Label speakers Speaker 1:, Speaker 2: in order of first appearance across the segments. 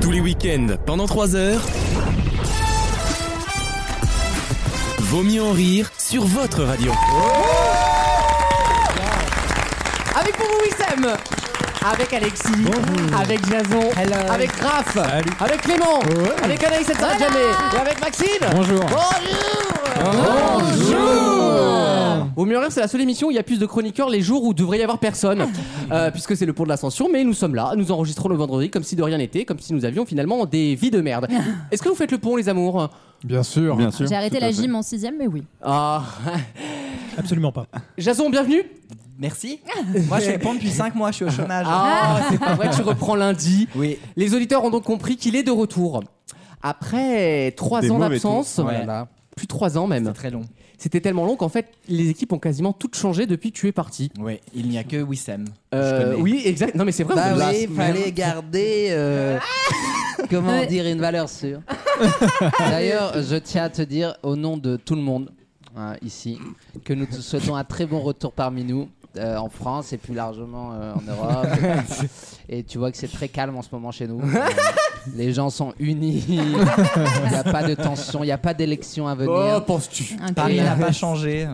Speaker 1: Tous les week-ends, pendant 3 heures. Vaut mieux en rire sur votre radio.
Speaker 2: Avec pour vous Wissem avec Alexis, avec Jason, avec Raph, avec Clément, avec Anaïs et Sarah Jamet, et avec Maxime.
Speaker 3: Bonjour.
Speaker 2: Bonjour. Bonjour. Au mieux rire, c'est la seule émission où il y a plus de chroniqueurs les jours où il devrait y avoir personne, Euh, puisque c'est le pont de l'ascension. Mais nous sommes là, nous enregistrons le vendredi comme si de rien n'était, comme si nous avions finalement des vies de merde. Est-ce que vous faites le pont, les amours
Speaker 3: Bien sûr.
Speaker 4: Bien sûr.
Speaker 5: J'ai arrêté
Speaker 4: Tout à
Speaker 5: la
Speaker 4: fait.
Speaker 5: gym en sixième, mais oui.
Speaker 2: Ah,
Speaker 6: Absolument pas.
Speaker 2: Jason, bienvenue.
Speaker 7: Merci. Moi, je suis le pont depuis 5 mois, je suis au chômage.
Speaker 2: Ah, c'est pas vrai, tu reprends lundi.
Speaker 7: Oui.
Speaker 2: Les auditeurs ont donc compris qu'il est de retour. Après trois
Speaker 4: Des
Speaker 2: ans
Speaker 4: mauvais
Speaker 2: d'absence,
Speaker 7: tours. Ouais.
Speaker 2: voilà, plus de trois ans même,
Speaker 7: C'est très long.
Speaker 2: c'était tellement long qu'en fait, les équipes ont quasiment toutes changé depuis que tu es parti.
Speaker 7: Oui, il n'y a que Wissem.
Speaker 2: Euh, oui, exact. Non, mais c'est vrai,
Speaker 8: Bah
Speaker 2: vous avez-
Speaker 8: oui, fallait garder, euh, comment
Speaker 5: Ouais.
Speaker 8: dire, une valeur sûre. D'ailleurs, je tiens à te dire, au nom de tout le monde hein, ici, que nous te souhaitons un très bon retour parmi nous. euh, en France et plus largement euh, en Europe. et tu vois que c'est très calme en ce moment chez nous. Euh, Les gens sont unis, il n'y a pas de tension, il n'y a pas d'élection à
Speaker 2: Oh,
Speaker 8: venir.
Speaker 2: penses-tu
Speaker 7: Paris
Speaker 5: Incroyable.
Speaker 7: n'a pas changé.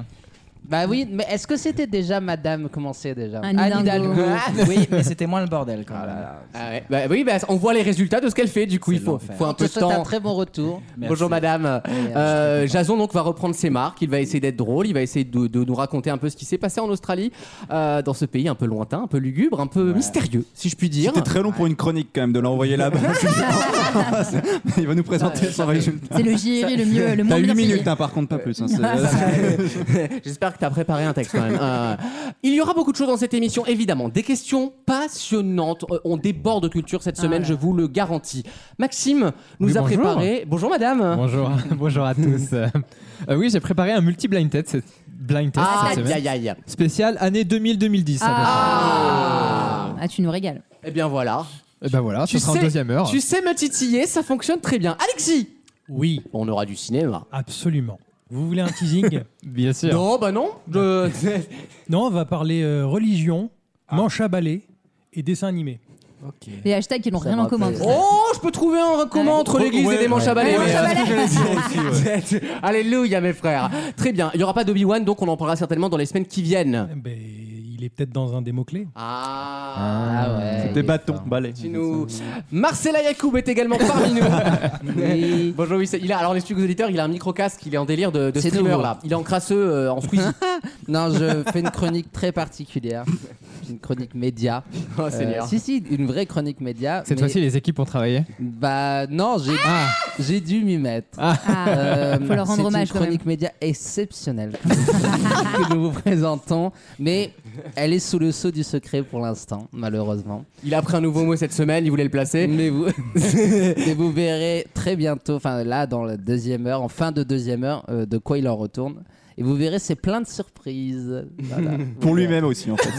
Speaker 8: Bah oui, mais est-ce que c'était déjà Madame, comment c'est déjà
Speaker 5: Anne Hidalgo.
Speaker 7: oui, mais c'était moins le bordel quand même.
Speaker 2: Ah ouais, bah oui, bah, on voit les résultats de ce qu'elle fait, du coup,
Speaker 7: C'est
Speaker 2: il faut,
Speaker 7: l'enfer.
Speaker 2: faut un
Speaker 8: On te
Speaker 2: peu de
Speaker 8: souhaite un
Speaker 2: temps.
Speaker 8: très bon retour.
Speaker 7: Merci.
Speaker 2: Bonjour madame. Euh, Jason donc va reprendre ses marques, il va essayer d'être drôle, il va essayer de, de nous raconter un peu ce qui s'est passé en Australie, euh, dans ce pays un peu lointain, un peu lugubre, un peu mystérieux, si je puis dire.
Speaker 4: C'était très long pour une chronique quand même de l'envoyer là-bas. Il va nous présenter son résultat.
Speaker 5: C'est le JRI le mieux, le
Speaker 4: T'as
Speaker 5: moins
Speaker 4: 8
Speaker 5: bien payé.
Speaker 4: minutes, hein, par contre, pas plus. hein, c'est-
Speaker 2: J'espère que tu as préparé un texte quand même. Euh, il y aura beaucoup de choses dans cette émission, évidemment. Des questions passionnantes. Euh, on déborde de culture cette semaine, je vous le garantis. Maxime nous
Speaker 3: Oui,
Speaker 2: a
Speaker 3: bonjour.
Speaker 2: préparé. Bonjour madame.
Speaker 3: Bonjour. Bonjour à tous. Euh, euh, oui, j'ai préparé un multi blind test. cette- Blind test
Speaker 2: Ah,
Speaker 3: cette
Speaker 2: aïe,
Speaker 3: semaine.
Speaker 2: aïe, aïe.
Speaker 3: Spécial année 2000-2010.
Speaker 2: Ah.
Speaker 5: Ah, tu nous régales.
Speaker 2: Eh bien voilà.
Speaker 3: Et ben voilà, ce
Speaker 2: Tu
Speaker 3: sera en
Speaker 2: sais-
Speaker 3: deuxième heure.
Speaker 2: Tu sais me titiller, ça fonctionne très bien. Alexis
Speaker 6: Oui,
Speaker 2: On aura du cinéma.
Speaker 6: absolument. Vous voulez un teasing
Speaker 3: Bien sûr.
Speaker 2: Non, bah non. je-
Speaker 6: Non, on va parler euh, religion,
Speaker 3: Ah.
Speaker 6: manche à balai et dessin animé.
Speaker 5: Les hashtags qui n'ont rien en commun.
Speaker 2: Oh, je peux trouver un commun entre l'église et les manches à balai.
Speaker 5: Les manches à
Speaker 2: mais, euh,
Speaker 5: balai.
Speaker 2: Alléluia, mes frères. Très bien. Il n'y aura pas d'Obi-Wan, donc on en parlera certainement dans les semaines qui viennent.
Speaker 6: Eh Ben, il est peut-être dans un des mots-clés.
Speaker 2: Ah.
Speaker 8: Ah ouais, il
Speaker 4: Des
Speaker 8: est
Speaker 4: bâtons,
Speaker 8: fort.
Speaker 4: balais.
Speaker 2: Tu nous- Marcella Yacoub est également parmi nous.
Speaker 8: Oui.
Speaker 2: Bonjour, oui, c'est- il a alors les studios auditeurs, il a un micro casque, il est en délire de, de
Speaker 8: C'est
Speaker 2: streamer
Speaker 8: nouveau.
Speaker 2: là. Il est en crasseux euh, en Squeezie.
Speaker 8: Non, je fais une chronique très particulière. C'est une chronique média.
Speaker 2: oh,
Speaker 8: Euh,
Speaker 2: Seigneur.
Speaker 8: si, si, une vraie chronique média.
Speaker 3: Cette
Speaker 8: mais-
Speaker 3: fois-ci, les équipes ont travaillé. Ah.
Speaker 8: Bah non, j'ai j'ai dû m'y mettre.
Speaker 5: Ah,
Speaker 8: Euh,
Speaker 5: Faut leur rendre hommage,
Speaker 8: C'est
Speaker 5: quand même.
Speaker 8: une chronique média exceptionnelle que nous vous présentons, mais elle est sous le sceau du secret pour l'instant, malheureusement.
Speaker 2: Il a appris un nouveau mot cette semaine, il voulait le placer.
Speaker 8: Mais vous, mais vous verrez très bientôt, enfin là dans la deuxième heure, en fin de deuxième heure, euh, de quoi il en retourne. Et vous verrez, c'est plein de surprises. Voilà.
Speaker 4: Pour lui-même aussi, en fait.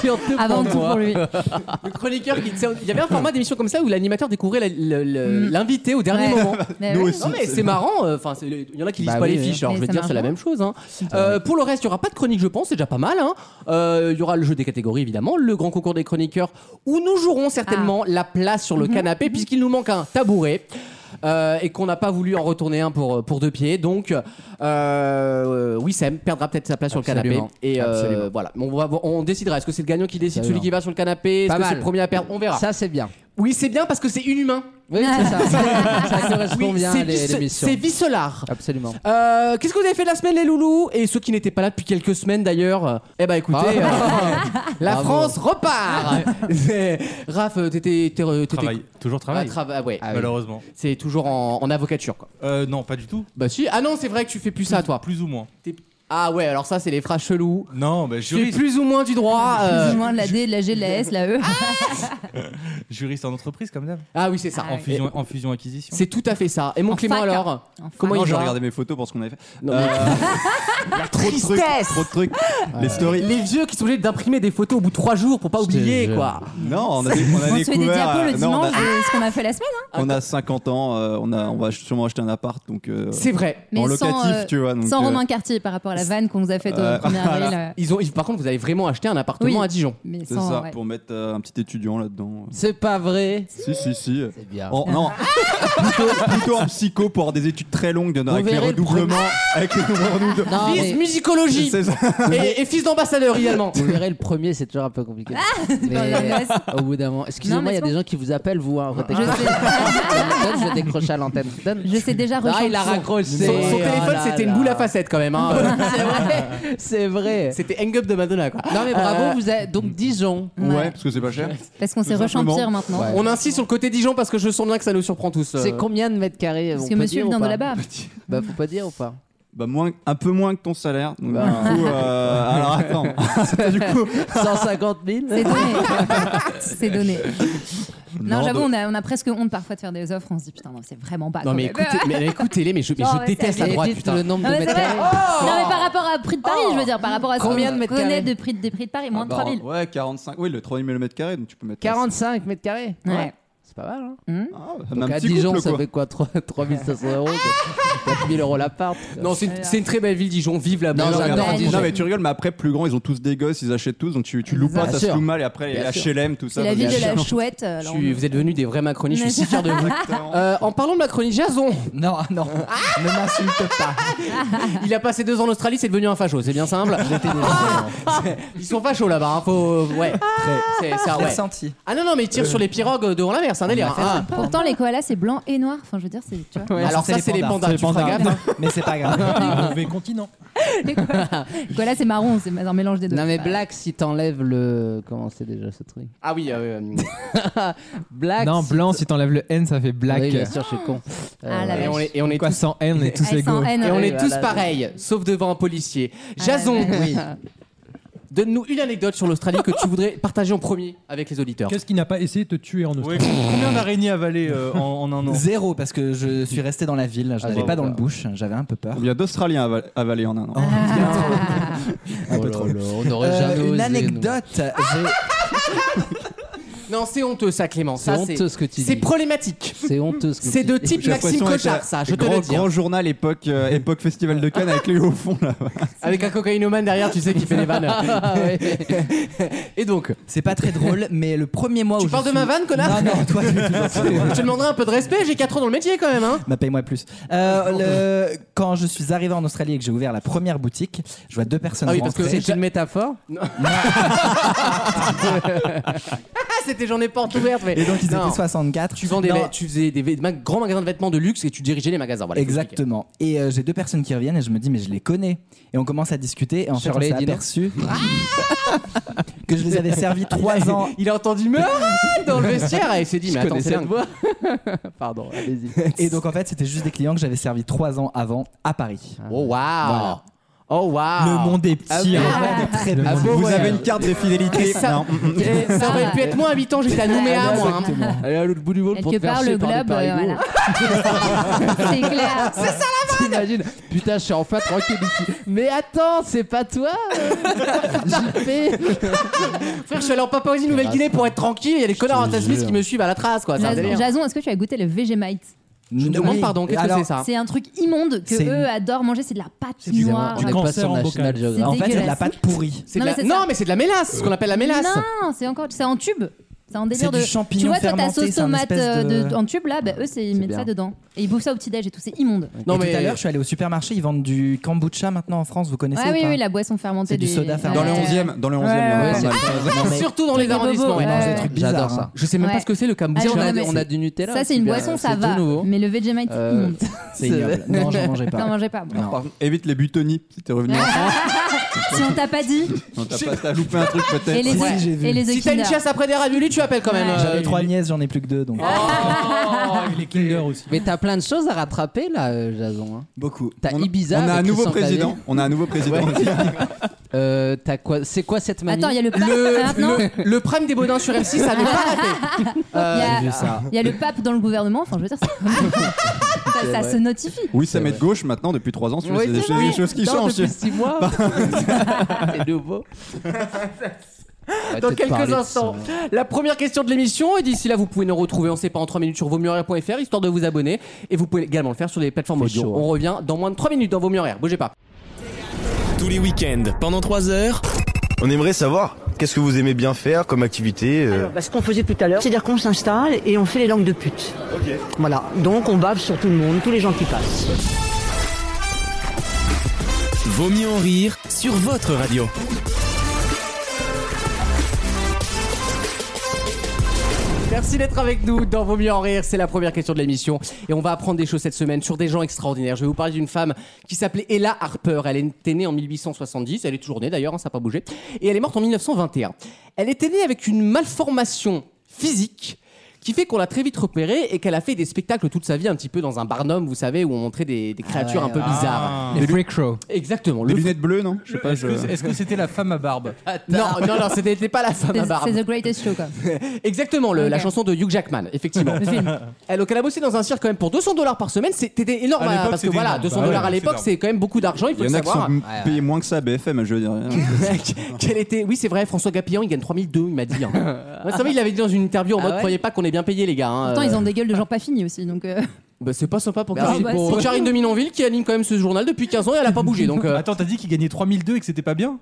Speaker 8: Surtout
Speaker 5: Avant
Speaker 8: pour
Speaker 5: tout
Speaker 8: moi.
Speaker 5: pour lui.
Speaker 2: Le chroniqueur qui. tu sais, Il y avait un format d'émission comme ça où l'animateur découvrait la- le- le-
Speaker 5: Mm.
Speaker 2: l'invité au dernier
Speaker 5: Ouais.
Speaker 2: moment.
Speaker 5: Mais
Speaker 4: Nous
Speaker 5: oui.
Speaker 4: aussi.
Speaker 2: Non mais c'est marrant, euh, enfin il y en a qui lisent
Speaker 8: Bah
Speaker 2: pas
Speaker 8: oui,
Speaker 2: les fiches, alors
Speaker 5: Mais
Speaker 2: je vais
Speaker 5: ça
Speaker 2: te dire c'est la
Speaker 5: marche.
Speaker 2: même chose. hein. Euh, pour le reste, il y aura pas de chronique je pense, c'est déjà pas mal. hein. Euh, Il y aura le jeu des catégories évidemment, le grand concours des chroniqueurs où nous jouerons certainement
Speaker 8: Ah.
Speaker 2: la place sur le
Speaker 8: Mhm.
Speaker 2: canapé puisqu'il nous manque un tabouret. euh, et qu'on n'a pas voulu en retourner un pour, pour deux pieds. Donc, euh, euh, Wissem perdra peut-être sa place sur le
Speaker 8: Absolument.
Speaker 2: canapé. Et euh,
Speaker 8: Absolument.
Speaker 2: voilà, on, va, on décidera. Est-ce que c'est le gagnant qui décide,
Speaker 8: Absolument.
Speaker 2: celui qui va sur le canapé Est-ce
Speaker 8: Pas
Speaker 2: que c'est
Speaker 8: mal.
Speaker 2: le premier à perdre On verra.
Speaker 8: Ça, c'est bien.
Speaker 2: Oui, c'est bien parce que c'est inhumain.
Speaker 8: Oui, c'est ça. ça
Speaker 2: Oui,
Speaker 8: correspond bien
Speaker 2: c'est
Speaker 8: à l'é-
Speaker 2: vice-
Speaker 8: l'émission.
Speaker 2: C'est vicelard.
Speaker 8: Absolument.
Speaker 2: Euh, Qu'est-ce que vous avez fait de la semaine, les loulous Et ceux qui n'étaient pas là depuis quelques semaines d'ailleurs euh, Eh bah écoutez,
Speaker 8: Bravo.
Speaker 2: euh, la
Speaker 8: Ah. Bravo.
Speaker 2: France repart Raph, euh, t'étais. t'es- euh, t'étais-
Speaker 9: Travail. Toujours
Speaker 2: Ah,
Speaker 9: travail.
Speaker 2: trava- ah ouais,
Speaker 8: Ah oui.
Speaker 9: Malheureusement.
Speaker 2: c'est toujours en, en avocature quoi.
Speaker 9: Euh, non, pas du tout.
Speaker 2: Bah si, ah non, c'est vrai que tu fais plus ça toi.
Speaker 9: Plus ou moins.
Speaker 2: T'es- Ah ouais, alors ça, c'est les phrases cheloues.
Speaker 9: Non, bah,
Speaker 2: Tu fais
Speaker 9: juriste.
Speaker 2: plus ou moins du droit. euh,
Speaker 5: Ah, Plus ou moins de la D, de la G, de la S, de la E.
Speaker 9: Juriste en entreprise, comme d'hab.
Speaker 2: Ah oui, c'est ça.
Speaker 5: Ah
Speaker 9: En fusion, en fusion acquisition.
Speaker 2: C'est tout à fait ça. Et mon
Speaker 5: En
Speaker 2: Clément
Speaker 5: fac,
Speaker 2: alors
Speaker 5: hein. Enfin.
Speaker 2: Comment
Speaker 4: Ah Non,
Speaker 2: il
Speaker 4: j'ai
Speaker 2: va
Speaker 4: regardé mes photos pour ce qu'on avait fait. Euh,
Speaker 2: Non, mais-
Speaker 4: Trop de trucs, trop de trucs. Les stories.
Speaker 2: Les vieux qui sont obligés d'imprimer des photos au bout de trois jours pour pas
Speaker 8: Je te
Speaker 2: oublier
Speaker 8: jure.
Speaker 2: quoi.
Speaker 4: Non, on a, dé- on a
Speaker 5: On se fait des
Speaker 4: découvert.
Speaker 5: diapos
Speaker 4: euh,
Speaker 5: le
Speaker 4: non, on a-
Speaker 5: dimanche de ce qu'on a fait la semaine. hein.
Speaker 4: On a 50 ans, euh, on, a, on va sûrement acheter un appart, donc euh,
Speaker 2: C'est vrai.
Speaker 5: Mais
Speaker 4: en
Speaker 5: sans,
Speaker 4: locatif,
Speaker 5: euh,
Speaker 4: tu vois. Donc,
Speaker 5: Sans
Speaker 4: euh,
Speaker 5: Romain Cartier par rapport à la vanne qu'on nous a faite au
Speaker 4: Euh,
Speaker 5: 1er avril. euh,
Speaker 2: Ils ont, ils- par contre, vous avez vraiment acheté un appartement
Speaker 5: Oui.
Speaker 2: à Dijon.
Speaker 5: mais
Speaker 4: C'est
Speaker 5: sans-
Speaker 4: ça,
Speaker 5: ouais.
Speaker 4: pour mettre euh, un petit étudiant là-dedans.
Speaker 8: C'est pas vrai.
Speaker 4: Si, si, si.
Speaker 8: C'est bien. Ah
Speaker 4: En- non, plutôt, plutôt en psycho pour avoir des études très longues,
Speaker 8: Vous
Speaker 4: avec les
Speaker 8: verrez le
Speaker 4: redoublements, avec les redoublements.
Speaker 8: Non,
Speaker 2: fils
Speaker 8: mais
Speaker 2: musicologie
Speaker 4: C'est ça.
Speaker 2: et, et fils d'ambassadeur également.
Speaker 8: vous verrez, le premier, c'est toujours un peu compliqué.
Speaker 5: pas
Speaker 8: mais au bout d'un moment.
Speaker 5: Non,
Speaker 8: Excusez-moi,
Speaker 5: mais
Speaker 8: il y a
Speaker 5: c'est
Speaker 8: des gens qui vous appellent, vous. Hein, votre
Speaker 5: Je
Speaker 8: téléphone.
Speaker 5: sais,
Speaker 8: Donne, je vais décrocher à l'antenne. Donne.
Speaker 5: je sais déjà
Speaker 4: Bah,
Speaker 8: Ah, il a
Speaker 5: rechanter.
Speaker 8: raccroché.
Speaker 2: Son, son
Speaker 8: Oh
Speaker 2: téléphone,
Speaker 8: là
Speaker 2: c'était
Speaker 8: là.
Speaker 2: une boule à facettes quand même. hein.
Speaker 8: C'est vrai, c'est vrai.
Speaker 2: c'était hang up de Madonna quoi.
Speaker 8: Non mais bravo,
Speaker 2: Euh,
Speaker 8: vous êtes donc Dijon.
Speaker 4: Ouais,
Speaker 5: Ouais.
Speaker 4: parce que c'est pas cher.
Speaker 5: Parce qu'on sait
Speaker 4: Tout simplement.
Speaker 5: rechantir maintenant.
Speaker 2: On insiste sur le côté Dijon parce que je sens bien que ça nous surprend tous. euh.
Speaker 8: C'est combien de mètres carrés
Speaker 5: Parce
Speaker 8: on
Speaker 5: que
Speaker 8: peut
Speaker 5: monsieur
Speaker 8: dire ou
Speaker 5: vient de
Speaker 8: pas
Speaker 5: là-bas.
Speaker 8: Bah faut pas dire ou pas
Speaker 4: Bah, moins, un peu moins que ton salaire. Donc,
Speaker 8: Bah.
Speaker 4: du coup, euh, alors attends. du coup,
Speaker 8: 150 000
Speaker 5: C'est donné. C'est donné. Non,
Speaker 4: Non,
Speaker 5: j'avoue,
Speaker 4: donc-
Speaker 5: on a, on a presque honte parfois de faire des offres. On se dit putain, non, c'est vraiment pas.
Speaker 2: Non mais
Speaker 5: quand même.
Speaker 2: écoutez, mais écoutez-les, mais je, mais
Speaker 5: Non,
Speaker 2: je
Speaker 5: ouais,
Speaker 2: déteste
Speaker 5: c'est-
Speaker 2: la droite,
Speaker 8: dites
Speaker 2: putain.
Speaker 8: le nombre
Speaker 5: Non,
Speaker 8: de
Speaker 5: mais
Speaker 8: mètres
Speaker 5: Ah bah, c'est vrai.
Speaker 8: carrés.
Speaker 5: Non, mais par rapport à prix de Paris, je veux dire, par rapport à ce
Speaker 8: Combien
Speaker 5: qu'on
Speaker 8: de mètres
Speaker 5: connaît
Speaker 8: carrés
Speaker 5: de prix, des prix de Paris, moins de
Speaker 4: Ah bah,
Speaker 5: 3000.
Speaker 4: Ouais, 45. Oui, le 3000 mm carrés, donc tu peux mettre.
Speaker 8: 45 mètres carrés
Speaker 5: Ouais.
Speaker 8: C'est pas mal hein
Speaker 4: Ah, ça met
Speaker 8: Donc
Speaker 4: un
Speaker 8: à
Speaker 4: petit
Speaker 8: Dijon
Speaker 4: couple,
Speaker 8: ça
Speaker 4: quoi.
Speaker 8: fait quoi 3500 euros 4000 euros l'appart
Speaker 2: Non, c'est une, c'est une très belle ville Dijon, vive la
Speaker 8: Non,
Speaker 2: belle.
Speaker 4: Non, mais
Speaker 8: j'adore
Speaker 4: attends,
Speaker 5: Dijon.
Speaker 4: non, mais tu rigoles, mais après, plus grand, ils ont tous des gosses, ils achètent tous, donc tu, tu loues pas,
Speaker 8: Bien
Speaker 4: ça
Speaker 8: sûr.
Speaker 4: se loue mal, et après, les
Speaker 8: Bien sûr.
Speaker 4: HLM, tout ça.
Speaker 5: C'est la
Speaker 4: donc,
Speaker 5: ville de
Speaker 4: bien
Speaker 5: la
Speaker 4: sûr.
Speaker 5: chouette. euh,
Speaker 2: Je
Speaker 5: là,
Speaker 2: suis-
Speaker 5: on-
Speaker 2: vous êtes devenus des vrais macronistes, je suis si fier de vous.
Speaker 4: Exactement.
Speaker 2: Euh, en parlant de Macronie, Jason,
Speaker 7: Non, non,
Speaker 2: Ah.
Speaker 7: ne m'insulte pas.
Speaker 2: il a passé deux ans en Australie, c'est devenu un facho, c'est bien simple. Ils sont fachos là-bas, hein, faut. Ouais. C'est ça,
Speaker 7: Je l'ai
Speaker 2: ouais.
Speaker 7: senti.
Speaker 2: Ah non, non, mais ils tirent sur les pirogues euh, devant la mer, c'est un délire.
Speaker 7: Ah.
Speaker 2: hein.
Speaker 5: Pourtant, les koalas, c'est blanc et noir. Enfin, je veux dire, c'est. Tu vois.
Speaker 2: Alors ça, c'est les pandas, tu feras gaffe. hein.
Speaker 7: Mais c'est pas grave.
Speaker 3: Ah.
Speaker 6: Mauvais continent.
Speaker 5: Les koalas, Les koalas, c'est marron, c'est un mélange des deux.
Speaker 8: Non mais
Speaker 5: Bah,
Speaker 8: Black si t'enlèves le comment c'est déjà ce truc
Speaker 2: Ah oui, euh, euh,
Speaker 8: Black
Speaker 3: Non,
Speaker 8: si-
Speaker 3: blanc, si t'enlèves le N, ça fait black.
Speaker 8: Oui, bien sûr, je suis con. Euh,
Speaker 5: Ah, la
Speaker 8: ouais.
Speaker 2: et on est, et on est
Speaker 3: Quoi,
Speaker 2: tous,
Speaker 3: sans N, on est tous
Speaker 5: S en
Speaker 3: égaux.
Speaker 5: N. Ah,
Speaker 2: et on est
Speaker 8: Ah,
Speaker 2: tous
Speaker 8: là, là.
Speaker 2: pareils, sauf devant un policier.
Speaker 7: Ah
Speaker 2: Jason,
Speaker 5: ouais.
Speaker 8: Oui.
Speaker 2: donne-nous une anecdote sur l'Australie que tu voudrais partager en premier avec les auditeurs.
Speaker 6: Qu'est-ce qui n'a pas essayé de te tuer en Australie
Speaker 9: Ouais, combien d'araignées avalées euh, en, en un an
Speaker 7: Zéro, parce que je suis resté dans la ville. Je
Speaker 8: Ah,
Speaker 7: n'allais
Speaker 8: bon,
Speaker 7: pas dans le
Speaker 8: bah.
Speaker 7: bush. J'avais un peu peur.
Speaker 4: Il y a d'Australiens aval- avalés en un an.
Speaker 8: Oh là là, on aurait
Speaker 7: Euh,
Speaker 8: jamais osé.
Speaker 7: une
Speaker 8: nous.
Speaker 7: anecdote. j'ai-
Speaker 2: Non, c'est honteux ça, Clément.
Speaker 8: C'est
Speaker 2: Ça, C'est
Speaker 8: honteux ce que tu
Speaker 2: C'est
Speaker 8: dis.
Speaker 2: problématique.
Speaker 8: C'est honteux ce que
Speaker 2: C'est
Speaker 8: tu
Speaker 2: de
Speaker 8: dis.
Speaker 2: type
Speaker 4: J'ai
Speaker 2: Maxime
Speaker 4: l'impression
Speaker 2: Cochard,
Speaker 4: d'être
Speaker 2: ça,
Speaker 4: un
Speaker 2: je te
Speaker 4: grand,
Speaker 2: le dis.
Speaker 4: Grand journal époque, euh, époque Festival de Cannes avec les au fond là.
Speaker 2: Avec un cocaïnomane derrière, tu sais, qui fait des vannes.
Speaker 8: Ah ouais.
Speaker 2: Et donc,
Speaker 7: C'est pas très drôle, mais le premier mois où
Speaker 2: tu
Speaker 7: Oh, je
Speaker 2: parles de
Speaker 7: suis-
Speaker 2: ma vanne, connard
Speaker 7: Non, non, toi, tu es toujours sur-
Speaker 2: Je te demanderai un peu de respect, j'ai 4 ans dans le métier quand même. Hein.
Speaker 7: Bah, paye-moi plus. Euh, le- Quand je suis arrivé en Australie et que j'ai ouvert la première boutique, je vois deux personnes
Speaker 2: Ah oui, parce que
Speaker 7: rentrer.
Speaker 2: c'est-
Speaker 8: C'est une métaphore
Speaker 2: Ah, c'était j'en ai porte ouverte, mais.
Speaker 7: Et donc ils
Speaker 2: Non.
Speaker 7: étaient 64.
Speaker 2: Tu, vends des
Speaker 7: Non,
Speaker 2: vêt- tu faisais des vêt- ma- grands magasins de vêtements de luxe et tu dirigeais les magasins. Voilà, faut expliquer.
Speaker 7: Exactement. Et euh, j'ai deux personnes qui reviennent et je me dis mais je les connais. Et on commence à discuter et en
Speaker 8: Shirley
Speaker 7: fait
Speaker 8: et
Speaker 7: on s'est
Speaker 8: Dino.
Speaker 7: aperçu
Speaker 2: Ah
Speaker 7: que je les avais servis trois ans.
Speaker 2: Il a entendu meuf dans le vestiaire et il s'est dit mais attends
Speaker 8: connais
Speaker 2: c'est
Speaker 8: cette
Speaker 2: dingue.
Speaker 8: voix. Pardon, allez-y.
Speaker 7: Et donc en fait c'était juste des clients que j'avais servis trois ans avant à Paris.
Speaker 2: Oh waouh Oh waouh
Speaker 6: Le monde est
Speaker 8: Ah
Speaker 6: petit.
Speaker 8: oui.
Speaker 6: hein.
Speaker 7: Très
Speaker 8: Ah bon,
Speaker 4: Vous
Speaker 8: ouais.
Speaker 4: avez une carte de fidélité.
Speaker 2: Ça-
Speaker 4: Non, mm, mm.
Speaker 2: Eh, Ça aurait pu être moi à 8 ans, j'étais à Nouméa moi. hein.
Speaker 8: Allez à l'autre bout du monde pour te
Speaker 5: Quelque
Speaker 8: faire
Speaker 5: part, le
Speaker 8: chier par des
Speaker 5: globe. euh,
Speaker 8: parigots.
Speaker 5: voilà. C'est clair.
Speaker 8: T'imagines Putain, je suis enfin tranquille ici. Mais attends, c'est pas toi euh, JP.
Speaker 2: Frère, je suis allé en Papouasie Nouvelle-Guinée pour être tranquille. Il y a des connards en Tasmanie qui me suivent à la trace quoi. C'est un
Speaker 5: Jason,
Speaker 2: délire.
Speaker 5: Jason, est-ce que tu as goûté le Vegemite
Speaker 2: Je te demande pardon, qu'est-ce que c'est ça
Speaker 5: C'est un truc immonde que
Speaker 7: C'est une-
Speaker 5: eux adorent manger. C'est de la pâte
Speaker 7: du-
Speaker 5: noire.
Speaker 8: On est pas
Speaker 6: cancer
Speaker 8: sur
Speaker 6: en
Speaker 8: National
Speaker 6: bocal.
Speaker 8: Geographic.
Speaker 7: En fait c'est de la
Speaker 5: dégueulasse.
Speaker 7: pâte pourrie.
Speaker 2: C'est de
Speaker 5: Non,
Speaker 2: la-
Speaker 5: mais c'est
Speaker 2: Non
Speaker 5: ça.
Speaker 2: mais c'est de la mélasse, ce qu'on appelle la mélasse.
Speaker 5: Non, c'est encore, c'est en tube. C'est en
Speaker 7: C'est
Speaker 5: délire
Speaker 7: du
Speaker 5: de.
Speaker 7: champignon
Speaker 5: Tu vois, toi, ta
Speaker 7: fermenté,
Speaker 5: sauce
Speaker 7: c'est un
Speaker 5: tomate euh,
Speaker 7: espèce
Speaker 5: de-
Speaker 7: de-
Speaker 5: en tube là, bah, eux, c'est- ils
Speaker 8: C'est
Speaker 5: mettent
Speaker 8: bien.
Speaker 5: ça dedans. Et ils bouffent ça au petit-déj et tout, c'est immonde.
Speaker 2: Non
Speaker 7: Et
Speaker 2: mais
Speaker 7: tout à l'heure je suis allé au supermarché, ils vendent du kombucha maintenant en France, vous connaissez
Speaker 5: Ah
Speaker 7: ou
Speaker 5: oui,
Speaker 7: pas Ah
Speaker 5: oui, la boisson fermentée.
Speaker 7: C'est du
Speaker 5: des-
Speaker 7: soda
Speaker 4: mm, Dans
Speaker 7: fermenté.
Speaker 4: le
Speaker 5: Ouais.
Speaker 4: 11e, dans le 11e.
Speaker 5: Ouais,
Speaker 4: non,
Speaker 5: ouais.
Speaker 4: on a-
Speaker 7: Non, mais- Ah,
Speaker 2: surtout dans les
Speaker 5: Des
Speaker 2: arrondissements. hein.
Speaker 5: bobos,
Speaker 2: ouais.
Speaker 5: ouais.
Speaker 7: c'est des trucs bizarres,
Speaker 8: J'adore ça.
Speaker 7: hein.
Speaker 2: Je sais même
Speaker 5: Ouais.
Speaker 2: pas ce que c'est le kombucha.
Speaker 5: Ah,
Speaker 8: on,
Speaker 5: non,
Speaker 8: a,
Speaker 5: mais
Speaker 8: on a
Speaker 5: c'est-
Speaker 8: du Nutella.
Speaker 5: Ça, c'est
Speaker 8: aussi
Speaker 5: une
Speaker 8: bien,
Speaker 5: boisson,
Speaker 8: euh,
Speaker 5: ça
Speaker 8: c'est
Speaker 5: va.
Speaker 8: tout nouveau.
Speaker 5: Mais le Vegemite,
Speaker 8: Euh,
Speaker 5: c'est immonde.
Speaker 7: C'est ignoble. Non, j'en mangeais
Speaker 5: T'en
Speaker 7: pas.
Speaker 5: mangeais pas. bon.
Speaker 7: Non.
Speaker 4: Par contre, évite les butonies si t'es revenu en France.
Speaker 5: Si on t'a pas dit.
Speaker 4: Non, T'as pas- t'as loupé un truc
Speaker 5: Et
Speaker 4: peut-être.
Speaker 5: les
Speaker 2: Ouais.
Speaker 5: œufs- et les œufs
Speaker 2: Si t'as une
Speaker 5: Kinder.
Speaker 2: chasse après des ravioli, tu appelles quand même.
Speaker 5: Ouais.
Speaker 2: euh,
Speaker 7: J'avais
Speaker 2: Lulu.
Speaker 7: trois nièces, j'en ai plus que deux donc.
Speaker 9: Ah,
Speaker 6: Et les Kinder aussi.
Speaker 8: Mais t'as plein de choses à rattraper là, euh, Jason. hein.
Speaker 4: Beaucoup.
Speaker 8: T'as
Speaker 4: on, a-
Speaker 8: Ibiza
Speaker 4: on a un
Speaker 8: avec
Speaker 4: nouveau
Speaker 8: Christian
Speaker 4: président. On a un nouveau président. aussi.
Speaker 8: Euh, t'as quoi C'est quoi cette manie
Speaker 5: Attends, il y a le pape hein, maintenant.
Speaker 2: Le, le, le prime des Baudins sur M6, ça m'est pas raté.
Speaker 5: Il y a-
Speaker 7: J'ai vu ça.
Speaker 5: Il y a le pape dans le gouvernement. Enfin, je veux dire, c'est- ça, ça
Speaker 8: vrai.
Speaker 5: se notifie.
Speaker 4: Oui, ça
Speaker 8: C'est
Speaker 4: met
Speaker 8: vrai.
Speaker 4: de gauche maintenant depuis 3 ans. tu vois,
Speaker 8: Ouais,
Speaker 4: c'est des,
Speaker 8: c'est
Speaker 4: choses-
Speaker 8: vrai.
Speaker 4: des choses qui
Speaker 8: Non,
Speaker 4: changent.
Speaker 8: depuis 6 mois. c'est nouveau.
Speaker 2: Dans quelques instants. Ah,
Speaker 8: hein.
Speaker 2: La première question de l'émission, et d'ici là, vous pouvez nous retrouver, on sait pas, en 3 minutes sur vosmieuxhoraires.fr, histoire de vous abonner. Et vous pouvez également le faire sur les plateformes
Speaker 8: C'est
Speaker 2: audio.
Speaker 8: chaud, hein.
Speaker 2: On revient dans moins de 3 minutes dans Vos Mieux Horaires. Bougez pas.
Speaker 1: Tous les week-ends, pendant 3 heures.
Speaker 10: On aimerait savoir qu'est-ce que vous aimez bien faire comme activité. euh,
Speaker 11: Bah, ce qu'on faisait tout à l'heure, c'est-à-dire qu'on s'installe et on fait les langues de pute. Voilà, donc on bave sur tout le monde, tous les gens qui passent.
Speaker 1: Vaut mieux en rire sur votre radio.
Speaker 2: Merci d'être avec nous dans Vos mieux en rire. C'est la première question de l'émission. Et on va apprendre des choses cette semaine sur des gens extraordinaires. Je vais vous parler d'une femme qui s'appelait Ella Harper. Elle était née en 1870. Elle est toujours née d'ailleurs, hein, ça n'a pas bougé. Et elle est morte en 1921. Elle était née avec une malformation physique qui fait qu'on l'a très vite repérée et qu'elle a fait des spectacles toute sa vie un petit peu dans un barnum, vous savez, où on montrait des, des créatures un peu
Speaker 3: ouais.
Speaker 9: Ah.
Speaker 2: bizarres.
Speaker 3: Les freak show.
Speaker 2: Exactement.
Speaker 4: Des
Speaker 2: Le-
Speaker 4: lunettes bleues, non Je sais pas.
Speaker 9: Est-ce que- est-ce que c'était la femme à barbe
Speaker 2: Non, non, non, c'était c'était pas la femme à
Speaker 5: C'est
Speaker 2: barbe.
Speaker 5: c'est The Greatest Show, quoi.
Speaker 2: Exactement, le- la
Speaker 5: Ok.
Speaker 2: chanson de Hugh Jackman, effectivement. Elle, donc elle a bossé dans un cirque quand même pour 200 dollars par semaine, c'était énorme
Speaker 9: À
Speaker 2: hein,
Speaker 9: l'époque,
Speaker 2: parce que
Speaker 9: c'était
Speaker 2: voilà,
Speaker 9: énorme.
Speaker 2: 200
Speaker 9: Bah
Speaker 2: dollars
Speaker 9: ouais,
Speaker 2: à l'époque,
Speaker 9: c'est
Speaker 2: c'est quand même beaucoup d'argent, il faut
Speaker 4: Il y
Speaker 2: le
Speaker 4: en a qui
Speaker 2: savoir.
Speaker 4: sont payés moins que ça, BFM, je veux dire.
Speaker 2: Quel était Oui, c'est vrai, François Gapillon, il gagne 3002, il m'a dit. hein. Ouais, c'est vrai, il avait dit dans une interview en
Speaker 8: Ah
Speaker 2: mode
Speaker 8: ouais
Speaker 2: croyez pas qu'on est bien payé les gars. hein.
Speaker 5: Pourtant, ils ont des gueules de gens pas finis aussi, donc. euh,
Speaker 2: Bah, c'est pas sympa pour,
Speaker 5: Bah,
Speaker 2: Karine,
Speaker 5: bah,
Speaker 2: pour-
Speaker 5: c'est-
Speaker 2: pour Karine de Minonville qui anime quand même ce journal depuis 15 ans et elle a pas bougé. Donc euh,
Speaker 9: Attends, t'as dit qu'il gagnait 3002 et que c'était pas bien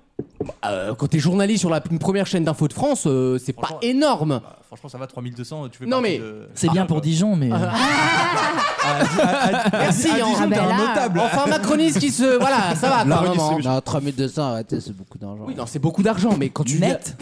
Speaker 2: euh, quand t'es journaliste sur la p- première chaîne d'info de France, euh, c'est pas
Speaker 9: Franchement,
Speaker 2: énorme.
Speaker 9: Bah, Franchement, ça va 3200, tu fais
Speaker 2: Non,
Speaker 9: partie
Speaker 2: mais-
Speaker 9: de- Ah,
Speaker 7: C'est bien pour Dijon, mais. euh,
Speaker 2: Merci. hein.
Speaker 5: Ah, bah, là,
Speaker 2: Enfin, Macroniste qui se voilà, ça va.
Speaker 4: La
Speaker 2: quoi, maman.
Speaker 4: redistribution.
Speaker 8: Non, 3200, arrêtez, c'est beaucoup d'argent.
Speaker 2: Oui, non, c'est beaucoup d'argent, mais quand tu
Speaker 7: Net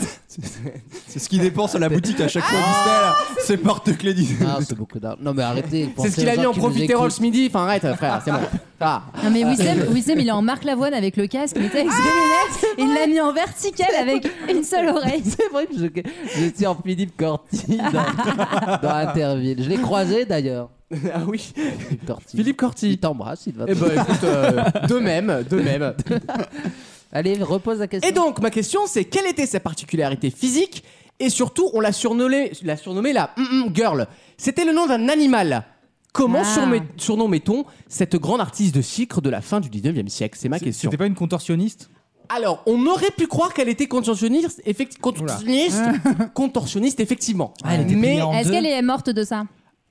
Speaker 4: C'est ce qu'il dépense à la boutique à chaque fois. Disney, là. Ah, C'est porte de clé Disney.
Speaker 8: Ah, c'est beaucoup d'argent. Non, mais arrêtez.
Speaker 2: C'est
Speaker 8: pensez
Speaker 2: ce qu'il a
Speaker 8: aux
Speaker 2: mis
Speaker 8: gens
Speaker 2: en
Speaker 8: qui nous
Speaker 2: profiterole
Speaker 8: écoutent.
Speaker 2: ce midi. Enfin, arrête, frère, c'est bon. Ça va.
Speaker 5: Non mais Wissem, Wissem, il est en Marc Lavoine avec le casque, il était avec ses lunettes, il l'a mis en vertical avec une seule oreille.
Speaker 8: C'est vrai que je, je suis en Philippe Corti dans, dans Interville. Je l'ai croisé d'ailleurs.
Speaker 2: Ah oui.
Speaker 8: Philippe Corti.
Speaker 2: Philippe
Speaker 8: Il
Speaker 2: Corti.
Speaker 8: t'embrasse, il va.
Speaker 2: Eh ben écoute, euh, de même, de même.
Speaker 8: Allez, repose la question.
Speaker 2: Et donc, ma question, c'est quelle était sa particularité physique Et surtout, on l'a surnommée la, surnommée la mm, mm, girl. C'était le nom d'un animal. Comment
Speaker 5: Ah.
Speaker 2: surmé- surnommait-on cette grande artiste de sucre de la fin du 19e siècle C'est ma
Speaker 9: C'est-
Speaker 2: question.
Speaker 9: C'était pas une contorsionniste
Speaker 2: Alors, on aurait pu croire qu'elle était contorsionniste, effecti- contorsionniste, contorsionniste, effectivement.
Speaker 7: Ah, elle était
Speaker 2: Mais
Speaker 7: pliée en
Speaker 5: Est-ce
Speaker 7: deux.
Speaker 5: qu'elle est morte de ça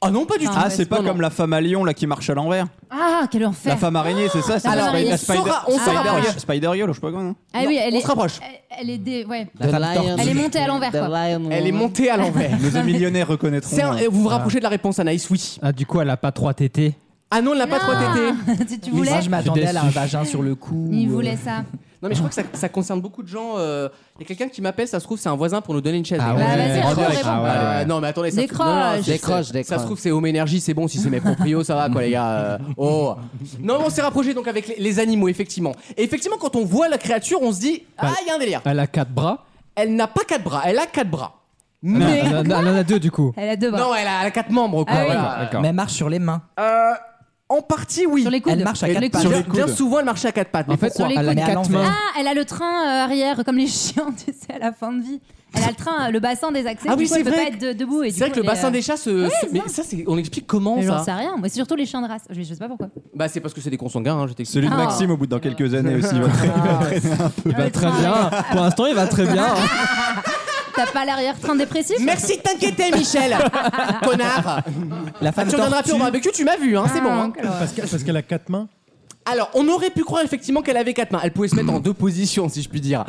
Speaker 2: ah non, pas du
Speaker 5: Ah,
Speaker 2: tout.
Speaker 5: ouais,
Speaker 4: Ah, c'est pas
Speaker 2: non, non.
Speaker 4: comme la femme à Lyon là qui marche à l'envers.
Speaker 5: Ah, quel
Speaker 4: La
Speaker 5: enfer
Speaker 4: femme araignée, c'est ça c'est
Speaker 5: femme
Speaker 4: la
Speaker 5: araignée.
Speaker 4: la
Speaker 5: On
Speaker 2: saura- on
Speaker 4: Spider-
Speaker 5: saura.
Speaker 4: Spider- Spider Girl, je sais pas quoi, non
Speaker 5: Ah oui,
Speaker 2: Non,
Speaker 5: elle
Speaker 2: on
Speaker 5: est,
Speaker 2: se rapproche.
Speaker 5: elle, elle est des, ouais.
Speaker 8: The Lion-
Speaker 5: Elle est montée à l'envers,
Speaker 8: The
Speaker 5: quoi.
Speaker 8: Lion
Speaker 2: Elle est
Speaker 8: Woman.
Speaker 2: montée à l'envers.
Speaker 4: Eh, Nos amis lyonnais reconnaîtront.
Speaker 2: C'est un-
Speaker 4: euh,
Speaker 2: vous vous rapprochez de la réponse, Anaïs, oui.
Speaker 3: Ah, du coup, elle a pas 3 TT.
Speaker 2: Ah non, elle n'a pas trop
Speaker 5: Non.
Speaker 2: tété.
Speaker 5: tu, tu
Speaker 7: Moi,
Speaker 5: voulais
Speaker 7: je m'attendais à
Speaker 3: déçu.
Speaker 7: un vagin sur le cou.
Speaker 5: Il
Speaker 7: euh,
Speaker 5: voulait ça.
Speaker 2: Non, mais je crois que ça, ça concerne beaucoup de gens. euh, Il y a quelqu'un qui m'appelle, ça se trouve, c'est un voisin pour nous donner une chaise.
Speaker 3: Ah
Speaker 2: les gars.
Speaker 5: Bah,
Speaker 3: ouais.
Speaker 5: vas-y,
Speaker 3: En
Speaker 5: réponds,
Speaker 3: direct.
Speaker 5: réponds.
Speaker 3: Ah ouais.
Speaker 2: Euh, non mais attendez ça se-
Speaker 5: Décroche.
Speaker 2: non, non, c'est-
Speaker 8: Décroche,
Speaker 2: c'est- ça
Speaker 8: décroche.
Speaker 2: se trouve c'est Home Energy c'est bon si c'est mes proprios ça va quoi les gars euh, oh non mais on s'est rapproché donc avec les, les animaux effectivement et effectivement quand on voit la créature on se dit ah il y a un délire
Speaker 3: Bah, Elle a 4 bras.
Speaker 2: elle n'a pas quatre bras elle a quatre bras
Speaker 3: Ah, Non,
Speaker 2: mais
Speaker 3: elle,
Speaker 2: non,
Speaker 3: en a- elle en a 2 du coup.
Speaker 5: Elle a deux bras.
Speaker 2: elle, a, elle a quatre membres quoi
Speaker 5: Bah. Ah oui.
Speaker 2: voilà.
Speaker 3: D'accord.
Speaker 7: Mais elle marche sur les mains.
Speaker 2: Euh, en partie oui
Speaker 5: Sur les coudes.
Speaker 7: Elle marche à
Speaker 5: Sur
Speaker 7: quatre
Speaker 5: les
Speaker 7: pattes.
Speaker 5: coudes.
Speaker 2: bien, bien souvent elle marchait à quatre pattes mais
Speaker 3: En fait,
Speaker 2: pourquoi
Speaker 5: les
Speaker 3: elle a
Speaker 7: coudes.
Speaker 3: 4 mains.
Speaker 5: Ah, elle a le train euh, arrière comme les chiens, tu sais, à la fin de vie. Elle a le train, euh, le bassin des accès.
Speaker 2: Ah oui,
Speaker 5: du coup,
Speaker 2: c'est
Speaker 5: elle peut
Speaker 2: vrai
Speaker 5: pas être de- debout. et du
Speaker 2: c'est vrai
Speaker 5: coup,
Speaker 2: que le
Speaker 5: elle est,
Speaker 2: bassin
Speaker 5: euh,
Speaker 2: des chats se- se- mais ça c'est on explique comment
Speaker 5: Mais J'en
Speaker 2: ça
Speaker 5: sais rien. Moi, c'est surtout les chiens de race. Je, je sais pas pourquoi.
Speaker 2: bah c'est parce que c'est des consanguins hein, je t'explique
Speaker 4: Celui de
Speaker 5: Ah.
Speaker 4: Maxime au bout de dans quelques années aussi. va traîner.
Speaker 3: Il va
Speaker 5: le
Speaker 3: très
Speaker 5: train.
Speaker 3: bien. Pour l'instant, il va très bien. hein.
Speaker 5: T'as pas l'arrière-train dépressif
Speaker 2: Merci de t'inquiéter, Michel Connard
Speaker 7: La
Speaker 2: Ah,
Speaker 7: femme
Speaker 2: Tu reviendras plus au
Speaker 7: tortue.
Speaker 2: barbecue, tu m'as vu, hein, c'est bon. hein.
Speaker 6: Parce que- parce qu'elle a quatre mains.
Speaker 2: Alors, on aurait pu croire effectivement qu'elle avait quatre mains. Elle pouvait se mettre en deux positions, si je puis dire.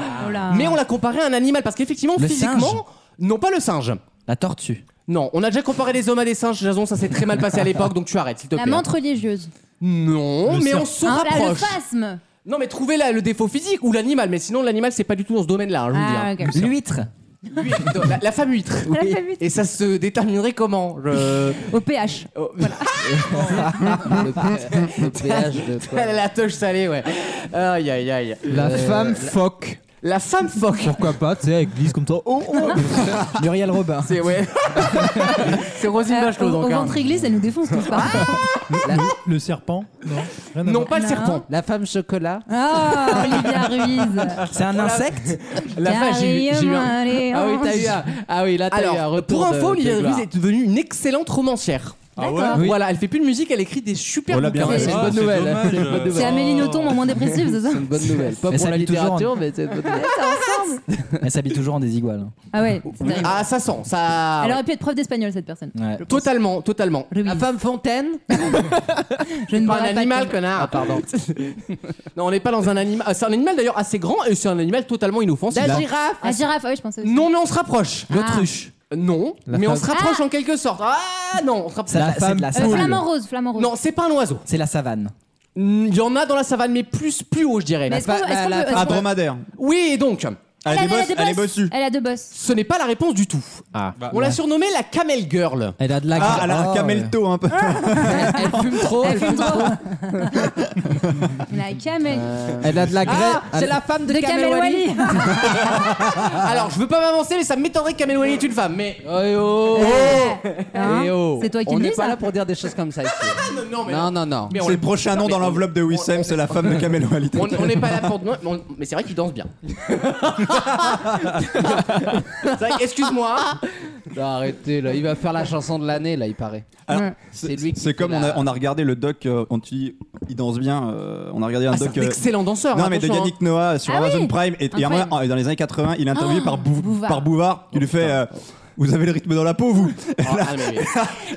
Speaker 2: Mais on l'a comparée à un animal, parce qu'effectivement,
Speaker 7: Le
Speaker 2: physiquement,
Speaker 7: singe.
Speaker 2: non pas le singe.
Speaker 7: La tortue.
Speaker 2: Non, on a déjà comparé les hommes à des singes, Jason, ça s'est très mal passé à l'époque, donc tu arrêtes, s'il te
Speaker 5: La
Speaker 2: plaît.
Speaker 5: menthe religieuse.
Speaker 2: Non, mais on se
Speaker 5: Hein, là, le
Speaker 2: rapproche.
Speaker 5: phasme.
Speaker 2: Non, mais trouvez là, le défaut physique ou l'animal, mais sinon l'animal, c'est pas du tout dans ce domaine-là, hein, je vous le dis, hein.
Speaker 5: Ah, ok.
Speaker 7: L'huître.
Speaker 2: Lui- La, la femme huître. oui.
Speaker 5: femme huître.
Speaker 2: Et ça se déterminerait comment je-
Speaker 5: Au pH.
Speaker 2: Oh.
Speaker 8: Le, P- le PH de quoi
Speaker 2: La touche salée, ouais. Aïe, aïe, aïe. Euh,
Speaker 3: La femme phoque.
Speaker 2: La femme phoque.
Speaker 3: Pourquoi pas, tu sais, avec glisse comme ça. Oh, oh.
Speaker 7: Muriel Robin.
Speaker 2: C'est ouais. c'est Rosine
Speaker 5: Euh,
Speaker 2: Bachelot
Speaker 5: au,
Speaker 2: donc.
Speaker 5: au
Speaker 2: hein.
Speaker 5: ventre glisse, elle nous défonce tous pas.
Speaker 6: Le serpent. Non. rien à
Speaker 2: Non
Speaker 6: voir.
Speaker 2: pas le
Speaker 5: Non.
Speaker 2: serpent.
Speaker 8: La femme chocolat.
Speaker 5: Ah, Olivia Ruiz.
Speaker 7: C'est un insecte.
Speaker 2: La vache, j'ai eu- j'ai eu un-
Speaker 5: Carrément,
Speaker 8: Ah oui, t'as eu un. Ah oui, là, t'as eu un
Speaker 2: Alors
Speaker 8: retour.
Speaker 2: pour info,
Speaker 8: de- de
Speaker 2: Olivia
Speaker 8: gloire.
Speaker 2: Ruiz est devenue une excellente romancière.
Speaker 5: D'accord.
Speaker 3: Oui.
Speaker 2: Voilà, elle fait plus de musique, elle écrit des super
Speaker 4: On l'a bien
Speaker 2: bouquins.
Speaker 5: raison.
Speaker 8: C'est une
Speaker 5: Ah,
Speaker 8: bonne
Speaker 9: c'est
Speaker 8: nouvelle.
Speaker 9: dommage.
Speaker 8: C'est une bonne
Speaker 5: C'est
Speaker 8: nouvelle.
Speaker 5: Amélie Nothomb en moins dépressive, c'est ça
Speaker 8: C'est une bonne nouvelle. Pas
Speaker 7: Mais
Speaker 8: pour
Speaker 7: ça
Speaker 8: la
Speaker 7: vit toujours en-
Speaker 8: littérature, mais c'est une bonne nouvelle.
Speaker 5: énorme
Speaker 7: Elle s'habille toujours en désigual.
Speaker 5: Ah ouais, c'est terrible.
Speaker 2: Ah, ça sent, ça.
Speaker 5: Elle aurait pu être prof d'espagnol, cette personne.
Speaker 7: Ouais.
Speaker 2: Totalement, totalement.
Speaker 5: La
Speaker 8: femme fontaine
Speaker 5: Je ne
Speaker 2: Pas
Speaker 5: boirai
Speaker 2: un animal,
Speaker 5: de-
Speaker 2: connard. Ah, pardon. non, on n'est pas dans un animal. Ah, c'est un animal d'ailleurs assez grand et c'est un animal totalement inoffensif.
Speaker 8: La girafe
Speaker 5: La girafe, ah oui, je pensais aussi.
Speaker 2: Non, mais on se rapproche.
Speaker 3: L'autruche.
Speaker 2: Euh, Non,
Speaker 3: La
Speaker 2: mais on
Speaker 3: femme.
Speaker 2: se rapproche en quelque sorte. Ah non, on se rapproche.
Speaker 7: C'est la, c'est de la
Speaker 5: Euh,
Speaker 7: savane.
Speaker 5: flamant rose, flamant rose.
Speaker 2: Non, c'est pas un oiseau.
Speaker 7: C'est la savane.
Speaker 2: Mm, Il y en a dans la savane, mais plus, plus haut, je dirais.
Speaker 5: Mais est-ce qu'on peut- est-ce qu'on peut- est-ce
Speaker 4: Un
Speaker 5: qu'on-
Speaker 4: Ah, dromadaire.
Speaker 2: Oui, et donc,
Speaker 4: Elle est
Speaker 5: Elle a
Speaker 4: bosse-
Speaker 5: des
Speaker 4: elle est
Speaker 5: bosses.
Speaker 4: bossue.
Speaker 5: Elle a deux bosses.
Speaker 2: ce n'est pas la réponse du tout. on l'a surnommée la Camel Girl.
Speaker 7: Elle a de la
Speaker 4: Ah, elle a un camelto un peu.
Speaker 8: Elle fume trop.
Speaker 5: Elle fume trop. La camel.
Speaker 3: Elle a de la graisse.
Speaker 8: Ah, c'est la femme de,
Speaker 5: de
Speaker 8: Kamel
Speaker 5: camel
Speaker 8: Wally.
Speaker 5: Wally.
Speaker 2: Alors, je veux pas m'avancer, mais ça m'étonnerait que Camel Wally est une femme. Mais. euh,
Speaker 5: Hein
Speaker 8: oh. Eh oh.
Speaker 5: C'est toi qui
Speaker 8: On
Speaker 5: le
Speaker 8: n'est
Speaker 5: dis,
Speaker 8: pas
Speaker 5: ça
Speaker 8: là pour dire des choses comme ça ici.
Speaker 2: non, mais.
Speaker 8: non, non, non.
Speaker 2: mais on-
Speaker 4: C'est le prochain nom dans l'enveloppe de Wissem, c'est la femme de Kamel Wally.
Speaker 2: On on n'est pas là pour. non, mais on- Mais c'est vrai qu'il danse bien. C'est vrai que- Excuse-moi.
Speaker 8: Non, arrêtez là, il va faire la chanson de l'année là, il paraît.
Speaker 4: Alors,
Speaker 8: C'est lui qui
Speaker 4: C'est
Speaker 8: fait
Speaker 4: comme on
Speaker 8: la-
Speaker 4: a, on a regardé le doc, euh, on dit, il danse bien, euh, on a regardé un
Speaker 2: Ah,
Speaker 4: doc.
Speaker 2: c'est un
Speaker 4: euh,
Speaker 2: excellent danseur.
Speaker 4: non mais de
Speaker 2: attention, hein.
Speaker 4: Yannick Noah sur
Speaker 5: Ah
Speaker 4: Amazon
Speaker 5: oui
Speaker 4: Prime et, et à un moment, dans les années 80 il est interviewé
Speaker 5: Ah,
Speaker 4: par, Bou-
Speaker 5: Bouvard.
Speaker 4: par Bouvard qui lui fait euh, vous avez le rythme dans la peau vous
Speaker 2: Ah, ah, mais-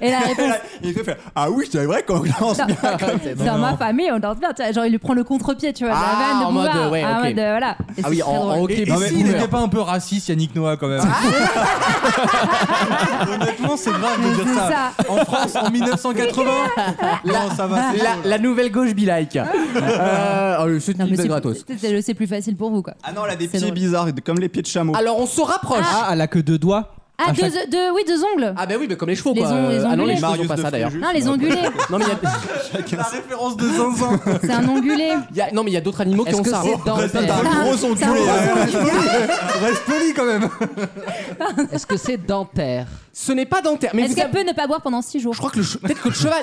Speaker 5: Et la
Speaker 4: Et
Speaker 5: réponse.
Speaker 4: là, il lui fait ah oui c'est vrai qu'on danse
Speaker 5: Dans,
Speaker 4: bien
Speaker 5: dans ma famille, on danse bien. tu vois, Genre, il lui prend le contre-pied, tu vois, de
Speaker 2: Ah,
Speaker 5: la vanne de
Speaker 2: en mode,
Speaker 5: Bouvard.
Speaker 2: ouais,
Speaker 5: Ah,
Speaker 2: ok.
Speaker 5: en mode, euh, voilà. Et
Speaker 2: Ah
Speaker 5: c'est
Speaker 2: oui,
Speaker 5: très
Speaker 2: en,
Speaker 5: drôle.
Speaker 2: en hockey.
Speaker 9: Et,
Speaker 2: bah, mais-
Speaker 9: s'il n'était pas un peu raciste, Yannick Noah, quand même Honnêtement, c'est grave de dire
Speaker 5: C'est
Speaker 9: ça.
Speaker 5: ça.
Speaker 9: En France, en 1980 Non, ça va, c'est
Speaker 2: la, la nouvelle gauche be like.
Speaker 9: Ah.
Speaker 2: Euh, oh, c'est
Speaker 5: Non, mais c'est-
Speaker 2: gratos.
Speaker 5: c'est- c'est- c'est plus facile pour vous, quoi.
Speaker 4: ah non elle a des
Speaker 5: C'est
Speaker 4: pieds
Speaker 5: drôle.
Speaker 4: bizarres comme les pieds de chameau
Speaker 2: Alors on se rapproche. Ah,
Speaker 3: Ah, elle a que deux doigts.
Speaker 5: Ah,
Speaker 3: À
Speaker 5: deux,
Speaker 3: chaque-
Speaker 5: deux- oui, deux ongles.
Speaker 2: bah oui, mais comme les chevaux
Speaker 5: Les
Speaker 2: quoi.
Speaker 5: on- les
Speaker 2: ah non,
Speaker 5: ongulés.
Speaker 2: les chevaux sont
Speaker 4: Marius
Speaker 2: pas
Speaker 4: de
Speaker 2: ça d'ailleurs.
Speaker 4: Fréjus.
Speaker 5: non, les ongulés.
Speaker 2: Non mais il y a-
Speaker 4: la référence de Zinzin
Speaker 5: C'est un ongulé.
Speaker 2: il y a, non, mais il y a d'autres animaux qui
Speaker 8: Est-ce
Speaker 2: ont
Speaker 8: que
Speaker 2: ça.
Speaker 8: c'est dans
Speaker 4: t'as un gros
Speaker 5: C'est un
Speaker 4: enculé
Speaker 5: gros
Speaker 4: hein.
Speaker 9: Reste poli quand même
Speaker 8: Est-ce que c'est dentaire
Speaker 2: Ce n'est pas dentaire. Mais
Speaker 5: Est-ce
Speaker 2: vous
Speaker 5: qu'elle
Speaker 2: savez-
Speaker 5: peut ne pas boire pendant six jours
Speaker 2: je crois que le che- peut-être que le cheval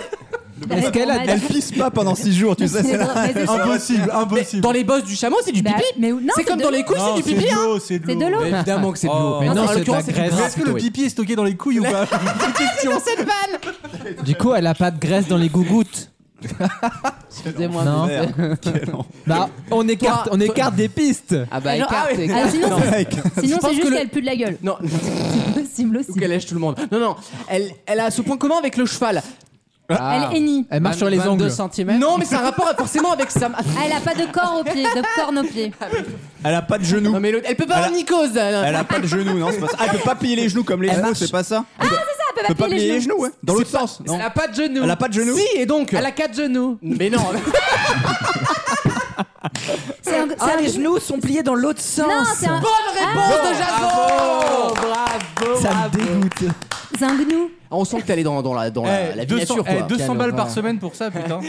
Speaker 5: Est-ce qu'elle a
Speaker 4: elle pisse pas pendant 6 jours tu sais c'est la-
Speaker 9: Impossible, impossible
Speaker 2: dans les bosses du chameau, c'est du pipi.
Speaker 5: mais, Bah, non,
Speaker 2: c'est comme
Speaker 5: de
Speaker 2: dans les couilles,
Speaker 9: Non,
Speaker 2: c'est du pipi.
Speaker 9: de
Speaker 2: Hein.
Speaker 9: l'eau, C'est
Speaker 5: C'est de l'eau.
Speaker 2: Évidemment que c'est du
Speaker 9: Oh.
Speaker 2: haut. Mais
Speaker 3: Non,
Speaker 2: non, en
Speaker 3: c'est de
Speaker 2: l'occurrence,
Speaker 3: la
Speaker 2: c'est du
Speaker 3: graisse.
Speaker 2: gras
Speaker 9: Est-ce que le
Speaker 2: plutôt, oui.
Speaker 9: pipi est stocké dans les couilles ou pas
Speaker 3: Du coup, elle a pas de graisse dans les gougouttes.
Speaker 8: Excusez-moi.
Speaker 3: Non.
Speaker 8: mais-
Speaker 3: Bah, on écarte, on écarte des pistes.
Speaker 8: Ah bah
Speaker 2: Genre, ah
Speaker 8: écarte,
Speaker 2: oui.
Speaker 8: écarte.
Speaker 5: Ah, sinon, c'est-
Speaker 4: Mec,
Speaker 5: sinon,
Speaker 2: pense
Speaker 5: c'est
Speaker 2: que
Speaker 5: juste
Speaker 2: le-
Speaker 5: qu'elle pue de la gueule.
Speaker 2: Non,
Speaker 5: C'est possible
Speaker 2: ou
Speaker 5: aussi.
Speaker 2: qu'elle lèche tout le monde. Non, non, elle, elle a ce point commun avec le cheval.
Speaker 8: Ah.
Speaker 5: Elle est nie.
Speaker 3: Elle marche sur les
Speaker 8: 22
Speaker 3: ongles.
Speaker 8: centimètres.
Speaker 2: Non, mais c'est un rapport forcément avec sa.
Speaker 5: Elle a pas de corps aux pieds, de cornes aux pieds.
Speaker 4: elle a pas de genoux
Speaker 2: Non, mais l'autre- elle peut pas
Speaker 4: Elle a-
Speaker 2: avoir Nikos.
Speaker 4: elle a pas de genoux non c'est pas ça Ah, elle peut pas plier les genoux comme les genoux c'est pas ça elle peut
Speaker 5: Elle
Speaker 4: pas plier les genoux ouais dans l'autre sens non.
Speaker 8: Elle a pas de genoux.
Speaker 4: elle a pas de genoux
Speaker 2: Si, et donc.
Speaker 8: Elle a quatre genoux.
Speaker 2: Mais non,
Speaker 5: C'est un- c'est un-
Speaker 7: genoux sont pliés dans l'autre sens.
Speaker 5: Non, c'est un,
Speaker 2: bonne réponse de Jaco Bravo
Speaker 7: Ça me dégoûte.
Speaker 5: c'est un gnou.
Speaker 2: Ah, On sent que t'es allé dans, dans la, dans la, la
Speaker 9: 200,
Speaker 2: miniature,
Speaker 9: eh,
Speaker 2: quoi.
Speaker 9: 200 balles par
Speaker 8: horreur.
Speaker 9: semaine pour ça, putain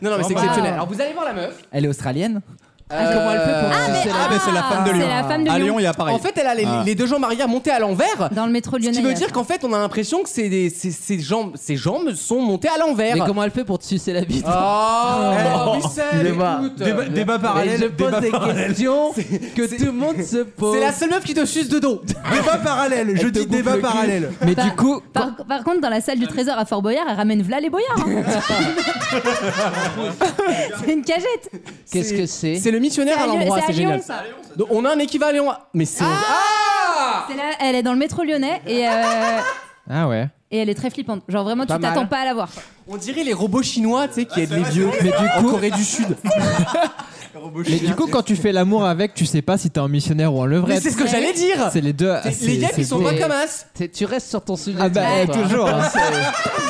Speaker 2: Non, non, mais c'est
Speaker 9: Wow.
Speaker 2: exceptionnel. Alors, vous allez voir la meuf.
Speaker 7: Elle est australienne
Speaker 2: Euh,
Speaker 8: Comment elle fait pour
Speaker 5: Ah, mais,
Speaker 4: ah, mais c'est la femme de Lyon.
Speaker 5: C'est la femme de
Speaker 4: à
Speaker 5: Lyon.
Speaker 4: Lyon Bah il y a pareil
Speaker 2: En fait, elle a les,
Speaker 4: Ah.
Speaker 2: les deux jambes arrière montées à l'envers.
Speaker 5: Dans le métro
Speaker 2: Ce
Speaker 5: lyonnais.
Speaker 2: qui veut
Speaker 5: il y a
Speaker 2: dire
Speaker 5: ça.
Speaker 2: qu'en fait, on a l'impression que c'est des- c'est- ces jambes, ces jambes sont montées à l'envers.
Speaker 8: Mais comment elle fait pour te sucer la bite
Speaker 2: Oh, Bruxelles, écoute.
Speaker 9: Débat, débat
Speaker 8: Et je
Speaker 9: parallèle,
Speaker 8: pose
Speaker 9: débat
Speaker 8: des
Speaker 9: parallèle
Speaker 8: questions que tout le monde se pose.
Speaker 2: C'est la seule meuf qui te suce de dos.
Speaker 9: Débat parallèle, je dis débat parallèle
Speaker 3: Mais du coup,
Speaker 5: Par, par contre, dans la salle du trésor à Fort Boyard, elle ramène Vla les Boyards. hein. c'est une cagette.
Speaker 8: Qu'est-ce que c'est
Speaker 2: C'est le missionnaire
Speaker 5: C'est
Speaker 2: à
Speaker 5: à Lyon-
Speaker 2: l'endroit,
Speaker 5: c'est à
Speaker 2: c'est
Speaker 5: Lyon,
Speaker 2: génial.
Speaker 5: ça.
Speaker 2: Donc, on a un équivalent. Mais c'est.
Speaker 5: C'est là, elle est dans le métro lyonnais et, euh,
Speaker 3: ah ouais.
Speaker 5: et elle est très flippante. Genre vraiment,
Speaker 8: Pas
Speaker 5: tu t'attends
Speaker 8: mal.
Speaker 5: pas à la voir.
Speaker 2: On dirait les robots chinois, tu sais, qui aident les
Speaker 4: vrai,
Speaker 2: vieux. Mais du coup, en Corée du Sud.
Speaker 3: Mais du coup, quand tu fais l'amour avec, tu sais pas si t'es en missionnaire ou en
Speaker 2: Mais
Speaker 3: levrette.
Speaker 2: c'est ce que j'allais dire.
Speaker 3: C'est les deux. ah,
Speaker 2: C'est- Les
Speaker 3: c'est-
Speaker 2: gars
Speaker 3: c'est
Speaker 2: qui sont
Speaker 3: beau.
Speaker 2: pas comme as.
Speaker 8: T'es- Tu restes sur ton sujet.
Speaker 3: Ah bah
Speaker 8: toi,
Speaker 3: eh,
Speaker 8: toi.
Speaker 3: toujours. hein.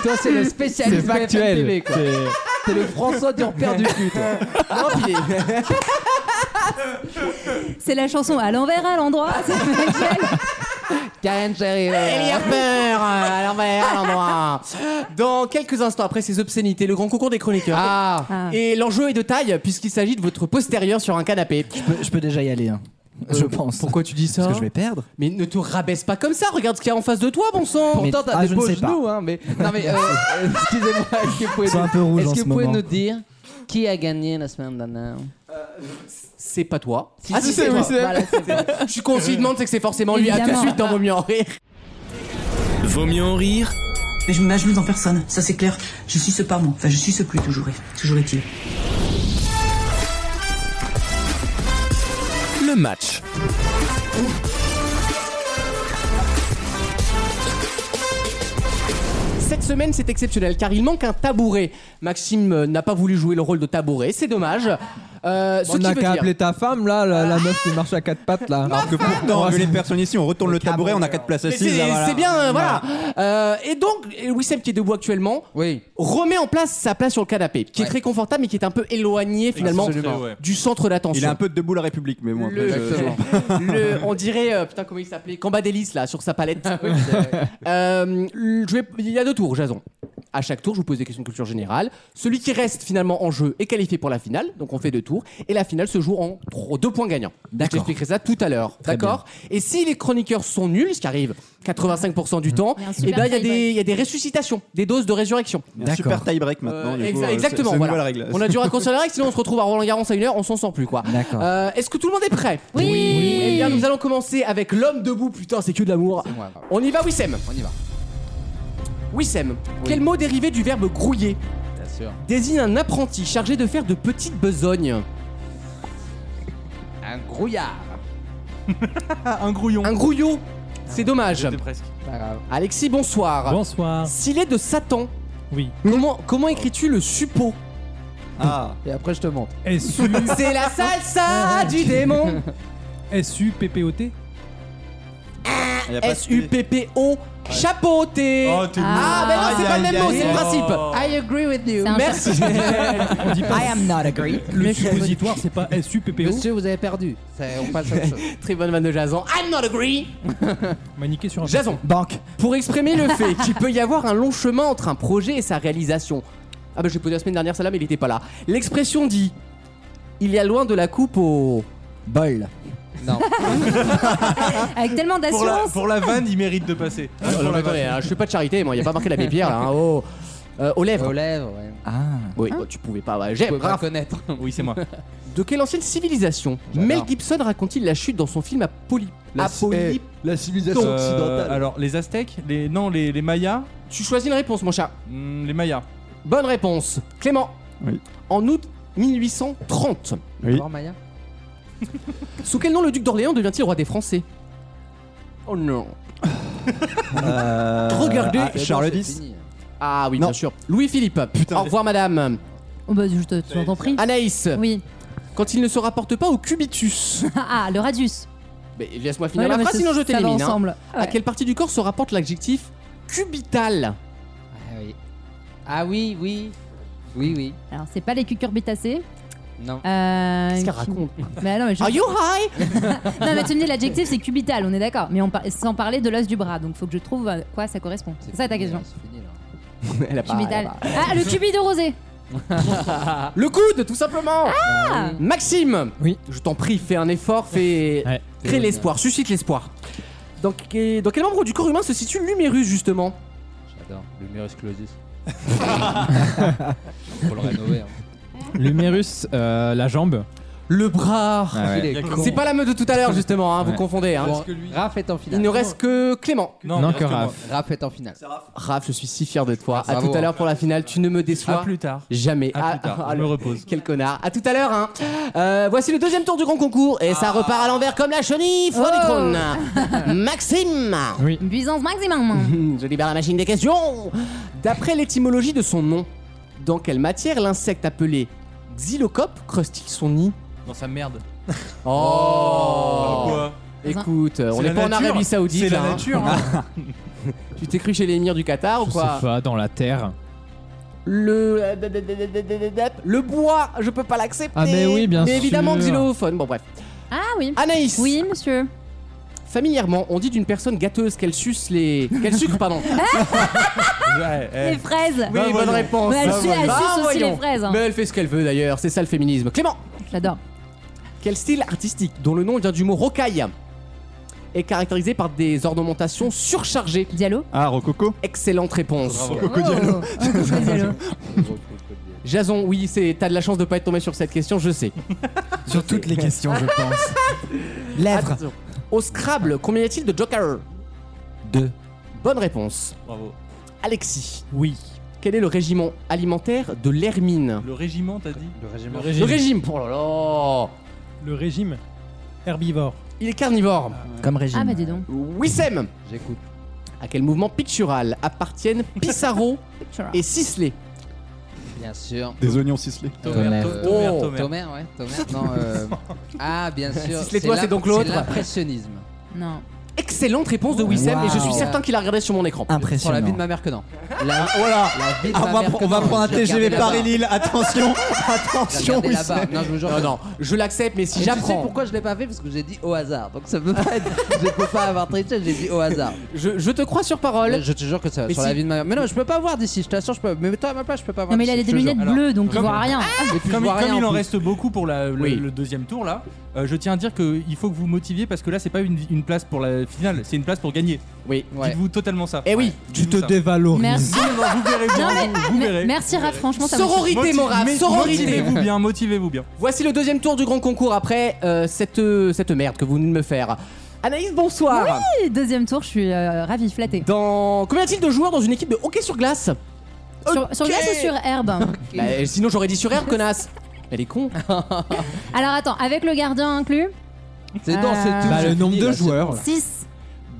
Speaker 8: Toi, c'est le
Speaker 3: C'est
Speaker 8: spécialiste de la
Speaker 3: factuel.
Speaker 8: FMTV, quoi.
Speaker 3: C'est-
Speaker 8: T'es le François du repère du cul, toi.
Speaker 2: Non, puis les-
Speaker 5: C'est la chanson à l'envers, à l'endroit. C'est Michel.
Speaker 8: Karen Jerry.
Speaker 2: Elle y a peur euh, à l'envers, à l'endroit. Dans quelques instants après ces obscénités, le grand concours des chroniqueurs.
Speaker 8: Ah.
Speaker 5: Ah.
Speaker 2: Et l'enjeu est de taille puisqu'il s'agit de votre postérieur sur un canapé.
Speaker 7: je peux, je peux déjà y aller, hein. je pense.
Speaker 2: Pourquoi tu dis ça
Speaker 7: Parce que je vais perdre.
Speaker 2: Mais ne te rabaisse pas comme ça, regarde ce qu'il y a en face de toi, bon sang.
Speaker 7: Mais-
Speaker 8: Pourtant, t'as
Speaker 7: ah,
Speaker 8: des
Speaker 7: je ne
Speaker 8: beaux
Speaker 7: sais pas.
Speaker 8: genoux, hein, mais. Non, mais, euh, euh, excusez-moi, est-ce que vous pouvez,
Speaker 7: Ils sont un peu rouges
Speaker 8: est-ce
Speaker 7: en
Speaker 8: que
Speaker 7: ce
Speaker 8: vous pouvez
Speaker 7: moment.
Speaker 8: nous dire qui a gagné la semaine dernière
Speaker 2: C'est pas toi.
Speaker 8: Si,
Speaker 2: ah,
Speaker 8: Ah, si,
Speaker 2: si,
Speaker 8: c'est
Speaker 2: c'est
Speaker 8: moi.
Speaker 2: toi. Voilà, c'est toi. Je suis confinement, c'est que c'est forcément lui. À tout de
Speaker 5: Évidemment.
Speaker 2: suite dans Vaut mieux en rire.
Speaker 1: Vaut mieux en rire
Speaker 12: Mais je me m'agenouille en personne, ça c'est clair. Je suis ce pas moi. Enfin, je suis ce plus toujours, est- toujours est-il.
Speaker 1: le match.
Speaker 2: Cette semaine, c'est exceptionnel car il manque un tabouret. Maxime euh, n'a pas voulu jouer le rôle de tabouret, c'est dommage. Euh, ce
Speaker 3: On
Speaker 2: qui
Speaker 3: n'a
Speaker 2: veut
Speaker 3: qu'à
Speaker 2: dire-
Speaker 3: appeler ta femme là, la, la meuf qui marche à quatre pattes là.
Speaker 4: Alors que pourtant, vu les personnes ici, on retourne le, tabouret, on a quatre places
Speaker 2: hein. Mais
Speaker 4: assises. là,
Speaker 2: C'est
Speaker 4: hein, voilà.
Speaker 2: c'est bien, euh, voilà. Euh, et donc, euh, Wissem qui est debout actuellement, remet en place sa place sur le canapé, qui est très confortable mais qui est un peu éloigné finalement
Speaker 4: Absolument, ouais.
Speaker 2: du centre d'attention.
Speaker 4: Il est un peu debout la République, mais bon. après, je-
Speaker 2: Exactement. Le- on dirait, euh, putain, comment il s'appelait Cambadélis, là, sur sa palette.
Speaker 4: Ah
Speaker 2: Euh, le- je vais- il y a deux tours, Jason. À chaque tour, je vous pose des questions de culture générale. Celui qui reste finalement en jeu est qualifié pour la finale, donc on fait deux tours. Et la finale se joue en trois- deux points gagnants. Je t'expliquerai ça tout à l'heure. D'accord Et si les chroniqueurs sont nuls, ce qui arrive 85% du temps,
Speaker 4: Il y a un
Speaker 2: eh
Speaker 4: super
Speaker 2: ben, il y, a
Speaker 4: tie-break.
Speaker 2: des- il y a des ressuscitations, des doses de résurrection.
Speaker 4: Il y a un super tie-break maintenant. du
Speaker 2: Exa-
Speaker 4: coup, euh, c'est-
Speaker 2: exactement.
Speaker 4: c'est une
Speaker 2: voilà.
Speaker 4: nouvelle règle.
Speaker 2: On a dû raccourcir la règle, sinon on se retrouve à Roland Garros à une heure, on s'en sort plus quoi. Euh, Est-ce que tout le monde est prêt Oui. Eh bien, nous allons commencer avec l'homme debout. Putain, c'est que de l'amour. On y va, Wissem. On y va. Wissem, quel mot dérivé du verbe grouiller
Speaker 8: Bien sûr.
Speaker 2: désigne un apprenti chargé de faire de petites besognes
Speaker 8: Un grouillard.
Speaker 2: Un grouillon. Un grouillon. C'est dommage. Alexis, bonsoir.
Speaker 6: Bonsoir.
Speaker 2: S'il est de Satan.
Speaker 6: Oui.
Speaker 2: Comment, comment écris-tu le suppôt
Speaker 4: Ah.
Speaker 8: Et après, je te montre.
Speaker 6: SU.
Speaker 2: C'est la salsa du démon.
Speaker 6: S-U-P-P-O-T.
Speaker 2: S-U-P-P-O chapeauté
Speaker 6: Oh, t'es
Speaker 2: Ah,
Speaker 6: nul.
Speaker 2: mais non, c'est
Speaker 6: Aïe,
Speaker 2: pas le
Speaker 6: aïe,
Speaker 2: même mot,
Speaker 6: aïe,
Speaker 2: c'est le
Speaker 6: aïe.
Speaker 2: principe
Speaker 8: I agree with you.
Speaker 2: Merci.
Speaker 6: On dit pas-
Speaker 2: I am not agree.
Speaker 6: Le suppositoire, c'est pas S-U-P-P-O.
Speaker 8: Monsieur, vous avez perdu. C'est- On passe à autre chose.
Speaker 2: Très bonne vanne de Jason. I'm not agree.
Speaker 6: Maniqué sur un.
Speaker 2: Jason. Banque. Pour exprimer le fait qu'il peut y avoir un long chemin entre un projet et sa réalisation. Ah bah je l'ai posé la semaine dernière celle-là mais il était pas là. L'expression dit il y a loin de la coupe au bol.
Speaker 8: Non.
Speaker 5: Avec tellement
Speaker 9: Pour la,
Speaker 5: d'assurance.
Speaker 9: pour la vanne, il mérite de passer.
Speaker 2: Ah,
Speaker 4: oh,
Speaker 2: non, mais attendez, hein, je fais pas de charité, moi, il a pas marqué la pierre là. hein, oh. Euh, aux lèvres.
Speaker 8: Aux lèvres, ouais.
Speaker 2: Ah. Oui, bah, tu pouvais pas. ouais, J'ai
Speaker 8: Vous pouvez pas
Speaker 2: bravo.
Speaker 8: reconnaître.
Speaker 9: Oui, c'est moi.
Speaker 2: De quelle ancienne civilisation Mel Gibson raconte-t-il la chute dans son film Apoli Apoli
Speaker 9: La eh. civilisation
Speaker 2: Euh, occidentale.
Speaker 9: alors, les Aztèques, les. Non, les, les Mayas.
Speaker 2: Tu choisis une réponse, mon chat.
Speaker 9: Hmm, les Mayas.
Speaker 2: Bonne réponse. Clément. En août 1830.
Speaker 8: Voir Maya
Speaker 2: Sous quel nom le duc d'Orléans devient-il roi des Français Oh non. Regardez
Speaker 4: ah, Charles X.
Speaker 8: hein.
Speaker 2: Ah oui, bien sûr. Louis-Philippe. Au revoir, madame.
Speaker 5: Oh bah, je te- je t'en prie.
Speaker 2: Anaïs.
Speaker 5: Oui.
Speaker 2: Quand il ne se rapporte pas au cubitus.
Speaker 5: Ah, le radius.
Speaker 2: Mais laisse-moi finir
Speaker 5: Ouais,
Speaker 2: la
Speaker 5: non, mais
Speaker 2: phrase,
Speaker 5: ça-
Speaker 2: sinon je
Speaker 5: ça va
Speaker 2: t'élimine. hein.
Speaker 5: ensemble.
Speaker 2: À quelle partie du corps se rapporte l'adjectif cubital
Speaker 8: Ah oui. Ah oui, oui. Oui, oui.
Speaker 5: Alors, c'est pas les cucurbitacées.
Speaker 8: Non.
Speaker 5: Euh,
Speaker 8: Qu'est-ce qu'elle
Speaker 5: qui-
Speaker 8: raconte
Speaker 5: Mais non, mais je-
Speaker 2: Are Ah, you high
Speaker 5: non, mais tu me dis l'adjectif c'est cubital, on est d'accord. Mais on par- sans parler de l'os du bras, donc faut que je trouve à quoi ça correspond. C'est ça ta question.
Speaker 8: hein,
Speaker 2: Elle a pas-
Speaker 5: Cubital. Ah, le cubi de rosé.
Speaker 2: Le coude, tout simplement Ah Maxime Oui. Je t'en prie, fais un effort, fais. Crée l'espoir, suscite l'espoir. Dans, que- dans quel membre du corps humain se situe l'humérus, justement
Speaker 8: J'adore. Le murus clausus. Faut le rénover. hein.
Speaker 3: L'humérus, euh, la jambe.
Speaker 2: Le bras.
Speaker 3: Ah ouais. Il est con.
Speaker 2: C'est pas la meuf de tout à l'heure, justement, hein, vous
Speaker 3: Ouais.
Speaker 2: confondez. hein.
Speaker 8: Bon, Raph est en finale.
Speaker 2: Il ne reste que Clément.
Speaker 3: Non, Non, il reste que que Raph.
Speaker 8: Raph est en finale.
Speaker 2: Raph, je suis si fier de toi. à
Speaker 8: Bravo.
Speaker 2: tout à l'heure pour la finale, tu ne me déçois.
Speaker 9: À plus tard.
Speaker 2: Jamais. Ah,
Speaker 9: À plus tard, je me
Speaker 2: le-
Speaker 9: repose.
Speaker 2: Quel connard. À tout à l'heure. hein. Euh, voici le deuxième tour du grand concours et ça repart à l'envers comme la chenille. Froid du
Speaker 5: Oh.
Speaker 2: trône. Maxime.
Speaker 3: Oui.
Speaker 5: Ah, Puissance maximum.
Speaker 2: Hmm, Je libère la machine des questions. D'après l'étymologie de son nom, dans quelle matière l'insecte appelé xylocope creuse-t-il son nid
Speaker 9: Dans sa merde.
Speaker 2: Oh.
Speaker 9: Pourquoi
Speaker 2: Écoute, euh, on
Speaker 9: C'est
Speaker 2: n'est
Speaker 9: la
Speaker 2: pas en
Speaker 9: nature.
Speaker 2: Arabie Saoudite.
Speaker 9: C'est la
Speaker 2: là, hein.
Speaker 9: nature, hein.
Speaker 2: tu t'es cru chez l'émir du Qatar ou
Speaker 3: Je sais
Speaker 2: quoi
Speaker 3: pas, dans la terre.
Speaker 2: Le le bois, je peux pas l'accepter.
Speaker 3: Ah, mais oui, bien
Speaker 2: Mais
Speaker 3: sûr.
Speaker 2: évidemment xylophone. Bon bref.
Speaker 5: Ah oui.
Speaker 2: Anaïs.
Speaker 5: Oui, monsieur.
Speaker 2: Familièrement, on dit d'une personne gâteuse qu'elle suce les qu'elle sucre pardon.
Speaker 5: Les fraises.
Speaker 2: Eh. Oui, bonne réponse.
Speaker 5: Ouais, elle, su- elle
Speaker 2: Bah,
Speaker 5: suce aussi les
Speaker 2: voyons.
Speaker 5: fraises. hein.
Speaker 2: Mais elle fait ce qu'elle veut d'ailleurs, c'est ça le féminisme. Clément
Speaker 5: J'adore.
Speaker 2: Quel style artistique, dont le nom vient du mot rocaille, est caractérisé par des ornementations surchargées
Speaker 5: Diallo
Speaker 2: Ah, rococo Excellente réponse. Oh. Jason, oui, c'est t'as de la chance de pas être tombé sur cette question, je sais.
Speaker 7: Sur toutes les questions, je pense. Lèvres.
Speaker 2: Attention. Au Scrabble, combien y a-t-il de jokers Deux. Bonne réponse. Bravo. Alexis.
Speaker 6: Oui.
Speaker 2: Quel est le régiment alimentaire de l'hermine
Speaker 9: Le régiment, t'as dit
Speaker 8: Le régiment.
Speaker 2: Le régime, oh là là
Speaker 6: Le régime herbivore.
Speaker 2: Il est carnivore.
Speaker 7: Comme régime.
Speaker 2: bah,
Speaker 5: Ah, mais dis donc.
Speaker 2: Wissem.
Speaker 8: J'écoute.
Speaker 2: À quel mouvement pictural appartiennent Pissarro et Sisley
Speaker 8: Bien sûr.
Speaker 4: Des oignons ciselés.
Speaker 8: Tomer,
Speaker 2: Tomer.
Speaker 8: Tomer,
Speaker 2: Oh.
Speaker 8: Tomer, ouais. Tomer, non. euh, Ah, bien sûr.
Speaker 2: Si c'est toi,
Speaker 8: l'im-
Speaker 2: c'est donc l'autre.
Speaker 8: C'est l'impressionnisme.
Speaker 5: Non.
Speaker 2: Excellente réponse de Wissem et je suis
Speaker 8: Wow. Ah.
Speaker 2: certain qu'il a regardé sur mon écran.
Speaker 8: Sur la vie de ma mère que non. La,
Speaker 9: Voilà.
Speaker 8: la vie de
Speaker 9: Ah,
Speaker 8: ma
Speaker 9: on va
Speaker 8: mère
Speaker 9: pr-
Speaker 8: que
Speaker 9: on va
Speaker 8: non.
Speaker 9: prendre un
Speaker 8: Je l'ai regardé
Speaker 9: TGV
Speaker 8: là-bas.
Speaker 9: Paris-Lille. Attention,
Speaker 8: Je l'ai
Speaker 9: attention,
Speaker 8: regardé là-bas.
Speaker 9: Wissem.
Speaker 8: Non, je vous jure.
Speaker 2: Non,
Speaker 8: que-
Speaker 2: non, je l'accepte, mais si
Speaker 8: Et Tu sais
Speaker 2: j'apprends.
Speaker 8: pourquoi je l'ai pas fait Parce que j'ai dit au hasard. Donc ça peut pas être. je peux pas avoir triché, j'ai dit au hasard.
Speaker 2: Je, je te crois sur parole.
Speaker 8: Je te jure que ça.
Speaker 2: Mais
Speaker 8: sur
Speaker 2: si-
Speaker 8: la vie de ma mère. Mais non, je peux pas voir d'ici, je t'assure, je peux. Mais toi, à ma place, je peux pas voir.
Speaker 5: Non, mais il a
Speaker 8: d'ici,
Speaker 5: des
Speaker 8: je te
Speaker 5: lunettes
Speaker 8: jure.
Speaker 5: bleues, donc il
Speaker 9: comme-
Speaker 5: voit rien.
Speaker 2: Ah,
Speaker 8: Et puis, je
Speaker 9: Comme,
Speaker 8: vois
Speaker 9: comme
Speaker 8: rien,
Speaker 9: il en
Speaker 8: plus.
Speaker 9: reste beaucoup pour la- le,
Speaker 2: Oui.
Speaker 9: le deuxième tour là, euh, je tiens à dire qu'il faut que vous motiviez parce que là c'est pas une, une place pour la finale, c'est une place pour gagner.
Speaker 2: Oui.
Speaker 8: Ouais.
Speaker 9: Dites-vous totalement ça.
Speaker 2: Eh oui.
Speaker 9: tu te
Speaker 5: Merci.
Speaker 6: dévalorises.
Speaker 9: Vous verrez bien.
Speaker 5: Non, mais-
Speaker 9: vous, vous
Speaker 5: mais-
Speaker 9: verrez.
Speaker 5: merci Raph, franchement, ça me
Speaker 2: Sororité.
Speaker 5: suffit.
Speaker 2: Motivez-moi, Raph,
Speaker 9: Motivez-
Speaker 2: sororité.
Speaker 9: Motivez-vous bien, motivez-vous bien.
Speaker 2: Voici le deuxième tour du grand concours après euh, cette, euh, cette merde que vous venez de me faire. Anaïs, bonsoir.
Speaker 5: Et Deuxième tour, je suis euh, ravie, flattée.
Speaker 2: Dans combien y a-t-il de joueurs dans une équipe de hockey sur glace
Speaker 5: Sur, sur
Speaker 2: Ok.
Speaker 5: glace ou sur herbe
Speaker 2: Bah, Sinon j'aurais dit sur air, connasse. Elle est con.
Speaker 5: Ah. Alors attends, avec le gardien inclus
Speaker 8: C'est non,
Speaker 5: Ah.
Speaker 8: c'est tout.
Speaker 3: Bah,
Speaker 8: j'ai
Speaker 3: le nombre
Speaker 8: fini,
Speaker 3: de
Speaker 8: là, c'est
Speaker 3: joueurs.
Speaker 5: 6.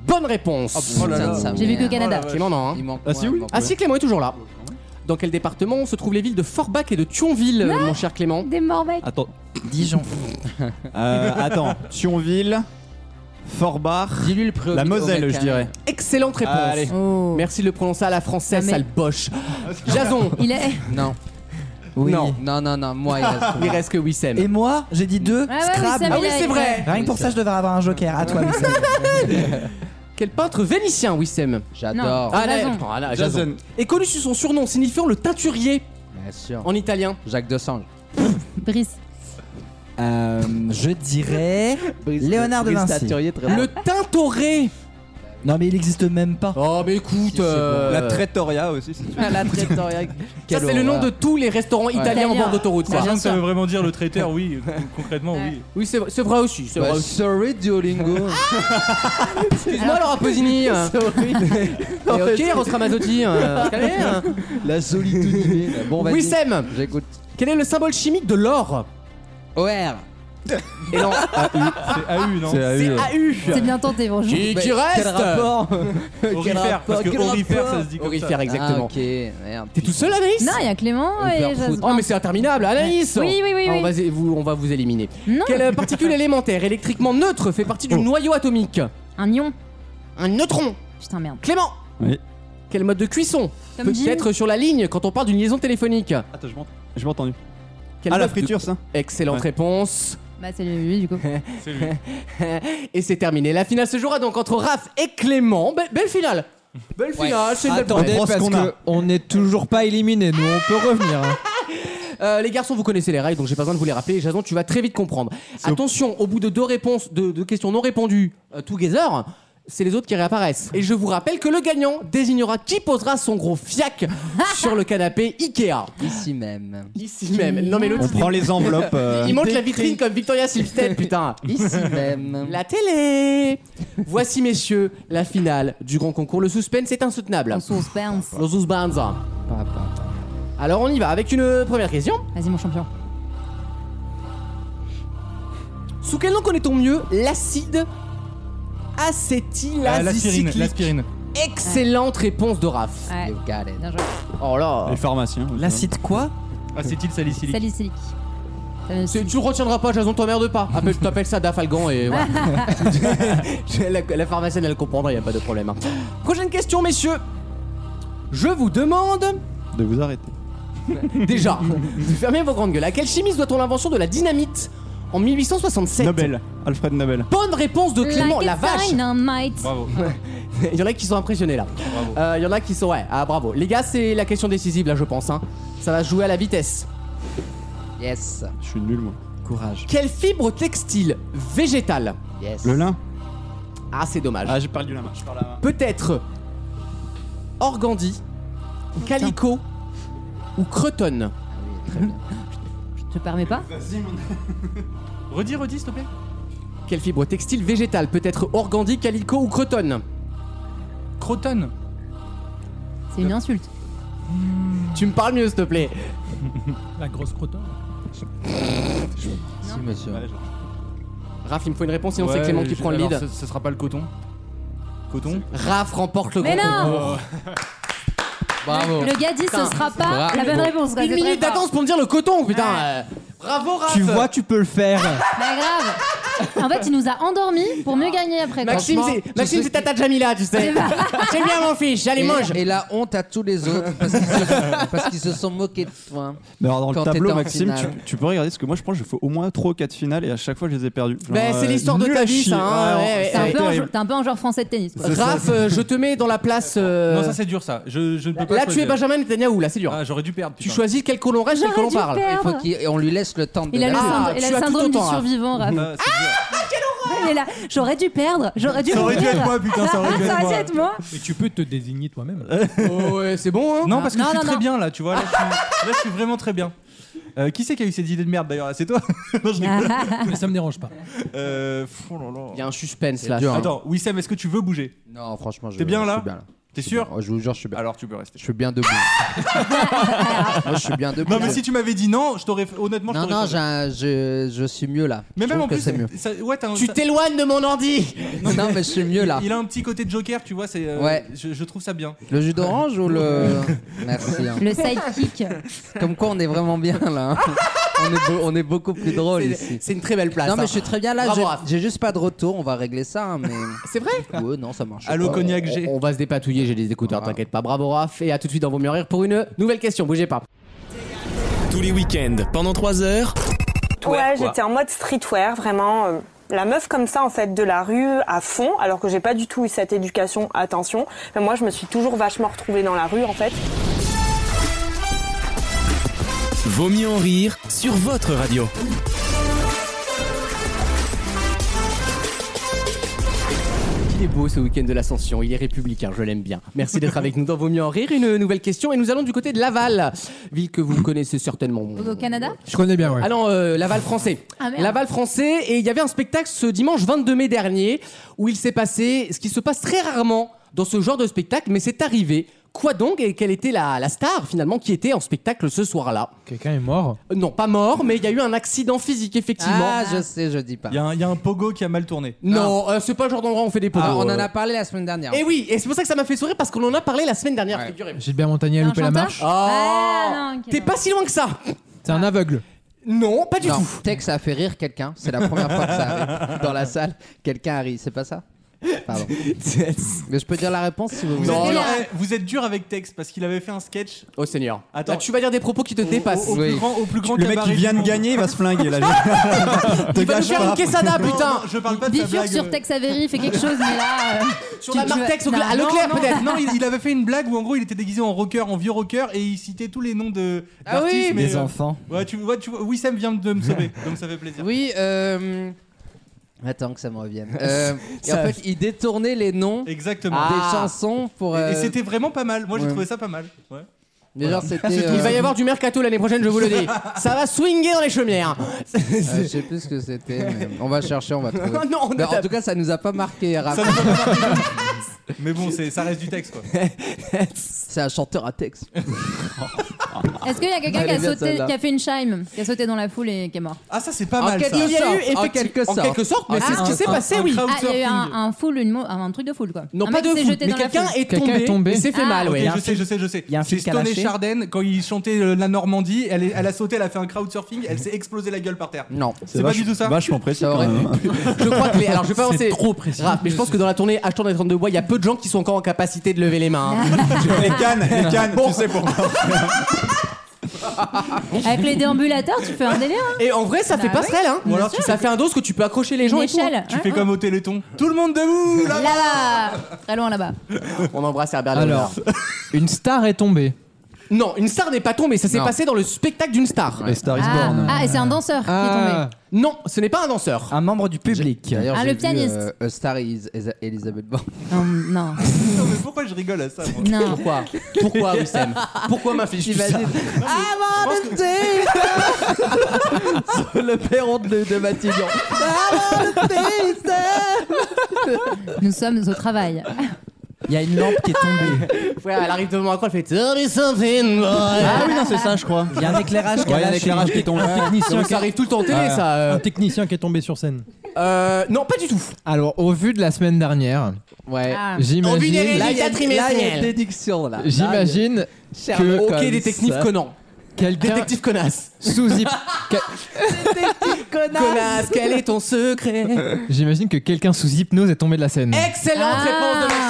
Speaker 2: Bonne
Speaker 5: Oh,
Speaker 2: réponse.
Speaker 8: bon. Putain de sa
Speaker 5: J'ai vu que
Speaker 8: mère.
Speaker 5: Canada.
Speaker 2: Clément non. hein.
Speaker 8: Il manque.
Speaker 4: Ah,
Speaker 8: moi,
Speaker 4: si,
Speaker 8: il
Speaker 4: oui.
Speaker 8: manque
Speaker 2: Oh Ah
Speaker 8: moi.
Speaker 2: si Clément est toujours là. Dans quel département se trouvent les villes de Forbach et de Thionville, euh, mon cher Clément
Speaker 5: Des morts, mec.
Speaker 4: Attends.
Speaker 7: Dijon.
Speaker 4: Euh, attends. Thionville, Forbach,
Speaker 8: Dis-lui le prix.
Speaker 4: la Moselle, je dirais.
Speaker 2: Excellente réponse.
Speaker 4: Allez.
Speaker 5: Oh.
Speaker 2: Merci de le prononcer à la française,
Speaker 5: Ah, mais-
Speaker 2: sale boche.
Speaker 8: Ah,
Speaker 2: Jason,
Speaker 5: Il est.
Speaker 8: Non.
Speaker 7: Oui.
Speaker 2: Non.
Speaker 8: Non, non, non, moi, il reste.
Speaker 2: il reste que Wissem.
Speaker 7: Et moi, j'ai dit deux.
Speaker 5: Ah ouais,
Speaker 7: Scrabble.
Speaker 5: Wissem,
Speaker 2: Ah
Speaker 5: il
Speaker 2: oui,
Speaker 5: a-
Speaker 2: c'est vrai.
Speaker 7: Rien que pour ça, je devrais avoir un joker. À toi, Wissem.
Speaker 2: Quel peintre vénitien, Wissem
Speaker 5: Non.
Speaker 8: J'adore.
Speaker 2: là,
Speaker 5: Jason.
Speaker 2: putain, ah là, Jason.
Speaker 4: Jason.
Speaker 2: Est connu sous son surnom signifiant le teinturier
Speaker 8: Bien sûr.
Speaker 2: en italien.
Speaker 8: Jacques Dessange.
Speaker 5: Brice.
Speaker 7: Euh, je dirais. Léonard de
Speaker 8: Brice
Speaker 7: Vinci.
Speaker 8: Taturier, très
Speaker 2: Le tintoré
Speaker 7: Non, mais il existe même pas.
Speaker 2: Oh, mais écoute.
Speaker 8: Si, c'est bon.
Speaker 2: euh,
Speaker 4: La Trattoria aussi, si tu veux.
Speaker 8: Ah, la traitoriale.
Speaker 2: Ça, c'est le nom de tous les restaurants italiens en
Speaker 5: Italien. Bah,
Speaker 2: bord d'autoroute. quoi.
Speaker 5: Bien
Speaker 9: Sachant que ça
Speaker 5: sûr.
Speaker 9: veut vraiment dire le traiteur, oui, euh, concrètement, oui.
Speaker 2: Oui, c'est vrai- c'est vrai aussi. C'est vrai
Speaker 8: Bah,
Speaker 2: aussi.
Speaker 8: sorry, Duolingo.
Speaker 2: Excuse-moi, Laura Pausini. hein. Et ok, Ross Ramazzotti. hein. Calmez, hein.
Speaker 8: La solitude. humaine. Bon, vas-y.
Speaker 2: Wissem,
Speaker 8: J'écoute.
Speaker 2: quel est le symbole chimique de l'or
Speaker 8: OR.
Speaker 2: Et non,
Speaker 9: C'est hein. AU, non
Speaker 4: C'est à
Speaker 2: c'est
Speaker 4: eux.
Speaker 2: AU.
Speaker 5: C'est bien tenté, bonjour.
Speaker 2: Qui,
Speaker 8: Mais
Speaker 2: qui
Speaker 8: quel
Speaker 2: reste
Speaker 8: rapport
Speaker 9: Aurifère, parce que
Speaker 8: Quel rapport
Speaker 9: aurifère, ça se dit comme
Speaker 2: Aurifère,
Speaker 8: Ah,
Speaker 2: exactement.
Speaker 8: ok. Merde.
Speaker 2: T'es tout seul, Anaïs
Speaker 5: Non, il y a Clément
Speaker 8: On
Speaker 5: et
Speaker 8: peut en
Speaker 5: Jason.
Speaker 8: foutre.
Speaker 2: Oh, mais c'est interminable, Anaïs
Speaker 5: Oui, oui, oui,
Speaker 2: Ah, On,
Speaker 5: oui.
Speaker 2: va, zé- vous, on va vous éliminer.
Speaker 5: Non.
Speaker 2: Quelle particule élémentaire électriquement neutre fait partie
Speaker 4: Oh.
Speaker 2: du noyau atomique
Speaker 5: Un ion.
Speaker 2: Un neutron.
Speaker 5: Putain, merde.
Speaker 2: Clément
Speaker 4: Oui.
Speaker 2: Quel mode de cuisson
Speaker 5: Comme
Speaker 2: Peut-être sur la ligne quand on parle d'une liaison téléphonique.
Speaker 4: Attends, je m'entends. Je m'ai entendu.
Speaker 2: Quel
Speaker 4: Ah, la
Speaker 2: mode de-
Speaker 4: friture, ça
Speaker 2: Excellente
Speaker 4: Ouais.
Speaker 2: réponse.
Speaker 5: Bah, c'est lui, du coup.
Speaker 9: ça. C'est lui.
Speaker 2: Et c'est terminé. La finale se jouera donc entre Raph et Clément. Be- belle finale. Belle
Speaker 8: Ouais.
Speaker 2: finale, c'est une belle
Speaker 3: Attendez,
Speaker 2: finale.
Speaker 4: prend ce
Speaker 3: parce
Speaker 4: qu'on a.
Speaker 3: que on n'est toujours pas éliminés. Nous, on peut revenir. hein.
Speaker 2: Euh, les garçons, vous connaissez les règles, donc j'ai pas besoin de vous les rappeler. Jason, tu vas très vite comprendre. Attention, au bout de deux réponses, de, de questions non répondues euh, together, c'est les autres qui réapparaissent. Et je vous rappelle que le gagnant désignera qui posera son gros fiac sur le canapé Ikea.
Speaker 8: Ici même.
Speaker 2: Ici même. Non mais l'autre,
Speaker 4: On prend les enveloppes. euh,
Speaker 2: il monte la vitrine comme Victoria Silvstedt, putain.
Speaker 8: Ici même.
Speaker 2: La télé Voici, messieurs, la finale du grand concours. Le suspense est insoutenable.
Speaker 5: On suspense.
Speaker 2: Los Usbans. Alors on y va avec une première question.
Speaker 5: Vas-y, mon champion.
Speaker 2: Sous quel nom connaît-on mieux l'acide Euh,
Speaker 9: Ah, L'aspirine,
Speaker 2: acétylazicyclique
Speaker 9: l'aspirine.
Speaker 2: Excellente réponse de Raph.
Speaker 5: Ouais.
Speaker 8: You got it.
Speaker 5: Bien joué.
Speaker 2: Oh là
Speaker 4: Les pharmaciens. aussi.
Speaker 7: L'acide quoi
Speaker 9: Acétyl salicylique.
Speaker 5: Salicylique.
Speaker 2: Oh, C'est- Tu le retiendras pas, Jason, t'emmerdes pas. Appelle- T'appelles ça Dafalgan et voilà. la, la pharmacienne, elle comprendra, y a pas de problème. hein. Prochaine question, messieurs. Je vous demande,
Speaker 4: De vous arrêter.
Speaker 2: déjà, de fermer vos grandes gueules. À quel chimiste doit-on l'invention de la dynamite en 1867
Speaker 4: Nobel. Alfred Nobel.
Speaker 2: Bonne réponse de Clément,
Speaker 5: Like
Speaker 2: la
Speaker 5: a
Speaker 2: vache
Speaker 5: dynamite.
Speaker 9: Bravo.
Speaker 2: Il y en a qui sont impressionnés là.
Speaker 9: Bravo.
Speaker 2: Euh, Il y en a qui sont. Ouais, ah bravo. Les gars, c'est la question décisive là, je pense. hein. Ça va se jouer à la vitesse.
Speaker 8: Yes.
Speaker 4: Je suis nul, moi.
Speaker 7: Courage.
Speaker 2: Quelle fibre textile végétale
Speaker 8: Yes.
Speaker 4: Le lin
Speaker 2: Ah, c'est dommage.
Speaker 4: Ah, je parle du lin. Je parle à...
Speaker 2: Peut-être organdi, calico ou cretonne.
Speaker 8: Ah oui, très bien.
Speaker 5: Je te permets pas
Speaker 9: Redis, redis, s'il te plaît.
Speaker 2: Quelle fibre textile végétale Peut-être Oh, organdi, calico ou cretonne
Speaker 9: Croton.
Speaker 5: C'est une insulte.
Speaker 2: Tu me parles mieux, s'il te plaît.
Speaker 6: La grosse crotte.
Speaker 8: Si, monsieur.
Speaker 2: Raph, il me faut une réponse, sinon
Speaker 9: Ouais,
Speaker 2: c'est Clément qui
Speaker 9: je-
Speaker 2: prend le
Speaker 9: alors,
Speaker 2: lead.
Speaker 9: Ce, ce sera pas le coton. Coton
Speaker 2: Raph remporte le
Speaker 5: Mais
Speaker 2: grand
Speaker 5: non
Speaker 2: concours. Bravo.
Speaker 5: Le gars dit ce
Speaker 2: Putain.
Speaker 5: sera pas
Speaker 2: Bravo.
Speaker 5: la bonne réponse. quoi,
Speaker 2: Une
Speaker 5: c'est très
Speaker 2: minute
Speaker 5: fort.
Speaker 2: d'attente pour me dire le coton, putain. euh, Bravo
Speaker 6: Ah,
Speaker 2: Raph.
Speaker 7: Tu vois, tu peux le faire.
Speaker 5: Mais grave. En fait, il nous a endormis pour mieux gagner après. quoi.
Speaker 2: Maxime, c'est Maxime, c'est Tata Jamila, tu sais. C'est bien mon fiche, allez
Speaker 8: Et-
Speaker 2: mange.
Speaker 8: Et la honte à tous les autres parce qu'ils se, parce qu'ils se sont moqués de toi.
Speaker 5: Ah
Speaker 4: Mais alors, dans le
Speaker 8: Quand t'étais
Speaker 4: tableau,
Speaker 8: en
Speaker 4: Maxime, tu,
Speaker 8: finale.
Speaker 4: tu peux regarder parce que moi, je pense que je fais au moins 3 ou 4 finales et à chaque fois, je les ai perdues. Genre,
Speaker 2: Bah, c'est
Speaker 4: euh,
Speaker 2: l'histoire de
Speaker 4: nul à
Speaker 2: ta vie,
Speaker 4: chier. Ah,
Speaker 2: ça. hein,
Speaker 4: Ouais,
Speaker 2: ouais, ouais.
Speaker 5: T'es un, peu un jou-
Speaker 4: terrible.
Speaker 5: t'es un peu un joueur français de tennis. quoi.
Speaker 2: Raph, euh, je te mets dans la place. euh,
Speaker 9: Non, ça c'est dur ça. Je, je ne peux pas.
Speaker 2: Là, tu es
Speaker 9: choisir.
Speaker 2: Benjamin Netanyahu, là, c'est dur.
Speaker 9: Ah, j'aurais dû perdre.
Speaker 2: Tu choisis quel colon reste, quel colon parle.
Speaker 8: Il faut qu'il- et on lui laisse le temps de.
Speaker 5: bah. Il a le,
Speaker 2: Ah,
Speaker 5: syndrome- il a
Speaker 2: tu
Speaker 5: le
Speaker 2: as tout
Speaker 5: syndrome du
Speaker 2: autant, Raph.
Speaker 5: survivant, Raph. Il est là. J'aurais dû perdre. J'aurais dû.
Speaker 6: Ça aurait dû
Speaker 5: mourir. Ah,
Speaker 6: être moi, putain, ça aurait dû être
Speaker 5: Ça
Speaker 6: moi.
Speaker 5: moi.
Speaker 6: Mais tu peux te désigner toi-même.
Speaker 2: Oh, ouais, c'est bon, hein
Speaker 9: Non, parce que
Speaker 5: Non,
Speaker 9: je suis
Speaker 5: non,
Speaker 9: très
Speaker 5: non.
Speaker 9: bien là, tu vois. Là, je suis, là, je suis vraiment très bien. Euh, qui c'est qui a eu cette idée de merde d'ailleurs là C'est toi Non, je rigole.
Speaker 6: Mais ça me dérange pas.
Speaker 9: Euh, pff, oh là là.
Speaker 2: Il y a un suspense
Speaker 8: C'est
Speaker 2: là.
Speaker 8: dur, hein.
Speaker 9: Attends, Wissem, est-ce que tu veux bouger
Speaker 8: Non, franchement, je.
Speaker 9: T'es bien
Speaker 8: je
Speaker 9: là
Speaker 8: suis bien
Speaker 9: T'es
Speaker 8: Je suis
Speaker 9: sûr
Speaker 8: bien. Oh, Je vous jure, je suis bien.
Speaker 9: Alors tu peux rester.
Speaker 8: Je suis bien debout. Moi, je suis bien debout.
Speaker 9: Non, mais si tu m'avais dit non, je t'aurais honnêtement. je
Speaker 8: non,
Speaker 9: t'aurais
Speaker 8: non,
Speaker 9: changé.
Speaker 8: j'ai un- je, je suis mieux là.
Speaker 9: Mais
Speaker 8: Je
Speaker 9: même
Speaker 8: trouve
Speaker 9: en
Speaker 8: que
Speaker 9: plus,
Speaker 8: c'est mieux.
Speaker 9: ça- ouais, t'as un-
Speaker 2: Tu
Speaker 9: ça-
Speaker 2: t'éloignes de mon ordi.
Speaker 8: Non, mais je suis mieux là.
Speaker 9: Il a un petit côté de Joker, tu vois. C'est. euh,
Speaker 8: Ouais.
Speaker 9: Je, je trouve ça bien.
Speaker 8: Le jus d'orange ou le. Merci. hein.
Speaker 5: Le sidekick.
Speaker 8: Comme quoi, on est vraiment bien là. hein. On est, beau- on est beaucoup plus drôle ici.
Speaker 2: C'est une très belle place.
Speaker 8: Non, mais
Speaker 2: hein.
Speaker 8: je suis très bien là.
Speaker 2: Bravo,
Speaker 8: j'ai-
Speaker 2: Raph.
Speaker 8: J'ai juste pas de retour. On va régler ça. hein, mais...
Speaker 2: C'est vrai
Speaker 8: Ouais, non, ça
Speaker 2: Ah,
Speaker 8: marche.
Speaker 9: Allô,
Speaker 8: pas.
Speaker 9: cognac
Speaker 2: on,
Speaker 9: G.
Speaker 2: on va se dépatouiller, j'ai des écouteurs,
Speaker 8: Ah.
Speaker 2: t'inquiète pas. Bravo Raph, et à tout de suite dans Vos mieux en rire pour une nouvelle question, bougez pas.
Speaker 1: Tous les week-ends, pendant 3 heures.
Speaker 13: Ouais, j'étais en mode streetwear, vraiment. euh, la meuf comme ça, en fait, de la rue à fond, alors que j'ai pas du tout eu cette éducation, attention. Mais moi, je me suis toujours vachement retrouvée dans la rue, en fait.
Speaker 1: Vaut mieux en rire sur votre radio.
Speaker 2: Il est beau ce week-end de l'ascension, il est républicain, je l'aime bien. Merci d'être avec nous dans Vos mieux en rire, une nouvelle question, et nous allons du côté de Laval, ville que vous connaissez certainement.
Speaker 5: Au Canada
Speaker 6: Je connais bien, ouais.
Speaker 2: Ah non, euh, Laval français.
Speaker 5: Ah, merde.
Speaker 2: Laval français, et il y avait un spectacle ce dimanche 22 mai dernier où il s'est passé ce qui se passe très rarement dans ce genre de spectacle, mais c'est arrivé. Quoi donc Et quelle était la, la star finalement qui était en spectacle ce soir-là
Speaker 3: Quelqu'un est mort.
Speaker 2: Euh, Non, pas mort, mais il y a eu un accident physique effectivement.
Speaker 8: Ah, je sais, je dis pas.
Speaker 9: Il y, a un- il y a un pogo qui a mal tourné.
Speaker 2: Non, euh, c'est pas le genre d'endroit où on fait des potos.
Speaker 8: Ah, on en a parlé la semaine dernière.
Speaker 2: Et oui, et c'est pour ça que ça m'a fait sourire parce qu'on en a parlé la semaine dernière,
Speaker 8: Ouais.
Speaker 2: figurez-vous.
Speaker 3: Gilbert Montagnier a
Speaker 5: Un
Speaker 3: loupé la
Speaker 5: chanteur
Speaker 3: marche.
Speaker 2: Oh
Speaker 5: Ah, non, ok,
Speaker 2: T'es
Speaker 5: non.
Speaker 2: pas si loin que ça
Speaker 3: C'est
Speaker 5: Ah.
Speaker 3: un aveugle.
Speaker 2: Non, pas du
Speaker 8: Non,
Speaker 2: tout.
Speaker 8: Tex a fait rire quelqu'un. C'est la première fois que ça arrive. Dans la salle, quelqu'un a ri. C'est pas ça Pardon. Mais je peux dire la réponse si vous voulez.
Speaker 9: Vous,
Speaker 2: Non,
Speaker 9: êtes dur,
Speaker 2: non.
Speaker 8: oh.
Speaker 9: eh, vous êtes dur avec Tex parce qu'il avait fait un sketch
Speaker 2: Oh Seigneur.
Speaker 9: Attends.
Speaker 2: Là, tu vas dire des propos qui te dépassent.
Speaker 9: au, au
Speaker 8: Oui.
Speaker 9: plus grand, au plus grand
Speaker 4: Le mec
Speaker 9: cabaret
Speaker 4: qui vient
Speaker 9: du
Speaker 4: de
Speaker 9: monde.
Speaker 4: gagner, il va se flinguer là. Te
Speaker 2: Il va nous
Speaker 4: gâche
Speaker 2: faire
Speaker 4: pas.
Speaker 2: une quesada,
Speaker 9: Non,
Speaker 2: putain
Speaker 9: non, je parle pas de ta
Speaker 5: Bifurque
Speaker 9: blague.
Speaker 5: sur Tex Avery, fait quelque chose, mais là. euh,
Speaker 2: Sur
Speaker 5: tu-
Speaker 2: la
Speaker 5: tu
Speaker 2: marque
Speaker 5: vas-
Speaker 2: Tex, au
Speaker 5: Non,
Speaker 2: Cla- à
Speaker 5: non,
Speaker 2: Leclerc
Speaker 5: non.
Speaker 2: peut-être
Speaker 9: Non, il, il avait fait une blague où en gros il était déguisé en rocker, en vieux rocker, et il citait tous les noms de.
Speaker 8: Ah oui,
Speaker 9: d'artistes, mais,
Speaker 7: Des
Speaker 9: euh,
Speaker 7: enfants.
Speaker 9: Ouais, tu vois, tu vois, Wissem vient de me sauver, donc ça fait plaisir.
Speaker 8: Oui, euh... Attends que ça me revienne. Euh, et en fait, il détournait les noms
Speaker 9: Exactement.
Speaker 8: des
Speaker 2: Ah.
Speaker 8: chansons pour.
Speaker 9: Et-
Speaker 8: euh,
Speaker 9: Et c'était vraiment pas mal. Moi, j'ai
Speaker 8: ouais.
Speaker 9: trouvé ça pas mal. Ouais.
Speaker 8: Mais genre, c'était.
Speaker 2: Il va y
Speaker 8: euh,
Speaker 2: avoir du mercato l'année prochaine, je vous le dis. Ça va swinguer dans les hein. chaumières.
Speaker 8: euh, je sais plus ce que c'était. mais On va chercher, on va trouver.
Speaker 2: Oh non, on
Speaker 8: Mais
Speaker 2: est à-
Speaker 8: Bah, en tout cas, ça nous a pas marqué. Raph.
Speaker 9: Ça nous a pas marqué. Mais bon, c'est- ça reste du texte, quoi.
Speaker 8: C'est un chanteur à texte.
Speaker 5: Est-ce qu'il y a quelqu'un
Speaker 8: Elle
Speaker 5: qui
Speaker 8: est
Speaker 5: a
Speaker 8: bien,
Speaker 5: sauté,
Speaker 8: celle-là.
Speaker 5: qui a fait une chime, qui a sauté dans la foule et qui est mort
Speaker 9: Ah, ça, c'est pas
Speaker 8: En
Speaker 9: mal.
Speaker 8: quelque
Speaker 9: ça.
Speaker 2: Il y a eu
Speaker 8: sorte,
Speaker 2: effectivement
Speaker 8: en quelque
Speaker 2: en
Speaker 8: sorte.
Speaker 2: quelque sorte, mais
Speaker 8: Ah,
Speaker 2: c'est ce qui
Speaker 8: un-
Speaker 2: s'est
Speaker 9: Un-
Speaker 2: passé,
Speaker 9: un
Speaker 2: oui.
Speaker 5: Ah, il y a eu un,
Speaker 9: crowdsurfing.
Speaker 5: un foule, une mo- un truc de foule quoi.
Speaker 2: Non,
Speaker 5: un
Speaker 2: pas
Speaker 5: mec
Speaker 2: de
Speaker 5: s'est
Speaker 2: fou,
Speaker 5: jeté
Speaker 2: mais
Speaker 5: dans la
Speaker 2: quelqu'un
Speaker 5: foule.
Speaker 2: est tombé,
Speaker 3: Quelqu'un est tombé.
Speaker 2: et s'est fait
Speaker 5: Ah,
Speaker 2: mal. hein.
Speaker 5: ok,
Speaker 2: ouais.
Speaker 9: Ok,
Speaker 7: y a
Speaker 9: je
Speaker 7: un
Speaker 9: sais, je sais, je sais.
Speaker 7: il y a un
Speaker 9: C'est
Speaker 7: fil
Speaker 9: Stone et
Speaker 7: canaché.
Speaker 9: Charden, quand ils chantaient euh, la Normandie, elle, est- elle a sauté, elle a fait un crowdsurfing, elle s'est explosé la gueule par terre.
Speaker 8: Non.
Speaker 9: C'est pas
Speaker 4: vache-
Speaker 9: du tout ça
Speaker 4: Vachement précis.
Speaker 8: Ça
Speaker 4: quand
Speaker 8: aurait
Speaker 4: même, hein.
Speaker 2: Je crois que les. Alors, je vais pas avancer.
Speaker 3: trop précis.
Speaker 2: Raph, mais je pense que dans la tournée Achetons des 32 bois, il y a peu de gens qui sont encore en capacité de lever les mains. hein.
Speaker 4: Les cannes, les cannes, tu sais pourquoi.
Speaker 5: Avec les déambulateurs, tu fais un délire. hein.
Speaker 2: Et en vrai, ça fait
Speaker 5: Bah
Speaker 2: passerelle, hein.
Speaker 9: Ou alors
Speaker 2: Ça fait un dos que tu peux accrocher les gens
Speaker 5: Une
Speaker 2: et tout, hein.
Speaker 5: échelle.
Speaker 9: Tu
Speaker 5: hein.
Speaker 9: fais comme au Téléthon. Tout le monde debout là
Speaker 5: Là-bas Très loin là-bas.
Speaker 2: On embrasse Herbert
Speaker 3: Alors, une star est tombée.
Speaker 2: bah, euh, Non, une star n'est pas tombée, ça s'est
Speaker 8: Non.
Speaker 2: passé dans le spectacle d'une star.
Speaker 4: Les Star is
Speaker 5: Ah,
Speaker 4: Born.
Speaker 5: ah, et c'est un danseur qui est tombé.
Speaker 3: Ah,
Speaker 2: Non, ce n'est pas un danseur.
Speaker 7: Un membre du public.
Speaker 8: D'ailleurs,
Speaker 5: Ah,
Speaker 8: j'ai
Speaker 5: le
Speaker 8: vu,
Speaker 5: pianiste.
Speaker 8: euh, A Star is Is- Elizabeth Born.
Speaker 5: Non, non,
Speaker 9: Non, mais pourquoi je rigole à ça moi
Speaker 5: non.
Speaker 2: Pourquoi Pourquoi, Wissem Pourquoi m'affiches-tu ça
Speaker 8: le perron de, de Matignon.
Speaker 5: Nous sommes au travail.
Speaker 2: Ah.
Speaker 7: Il y a une lampe qui est tombée.
Speaker 2: Ouais, elle arrive devant moi, elle fait Tell me something, boy.
Speaker 7: oui, non, c'est ça, je crois. Il y a un éclairage qui
Speaker 3: Ouais, il y a un
Speaker 7: lâché.
Speaker 3: éclairage qui est tombé.
Speaker 6: Un technicien,
Speaker 2: Donc
Speaker 6: qui
Speaker 2: ça
Speaker 6: a-
Speaker 2: arrive tout le temps en télé, ça. euh.
Speaker 6: un technicien qui est tombé sur scène.
Speaker 2: Euh, non, pas du tout.
Speaker 3: Alors, au vu de la semaine dernière,
Speaker 8: ouais.
Speaker 7: Ah,
Speaker 2: Au vu des
Speaker 3: j'imagine.
Speaker 2: résultats
Speaker 8: Là, il y a
Speaker 2: trimestriels.
Speaker 8: une déduction là.
Speaker 3: J'imagine que.
Speaker 2: Ok,
Speaker 3: comme
Speaker 2: détective
Speaker 3: ça,
Speaker 2: Conan.
Speaker 3: Quelqu'un.
Speaker 2: Détective connasse.
Speaker 3: Sous hyp-
Speaker 2: Détective
Speaker 8: connasse.
Speaker 2: Connasse, quel est ton secret
Speaker 3: J'imagine que quelqu'un sous hypnose est tombé de la scène.
Speaker 2: Excellente
Speaker 5: Ah.
Speaker 2: réponse de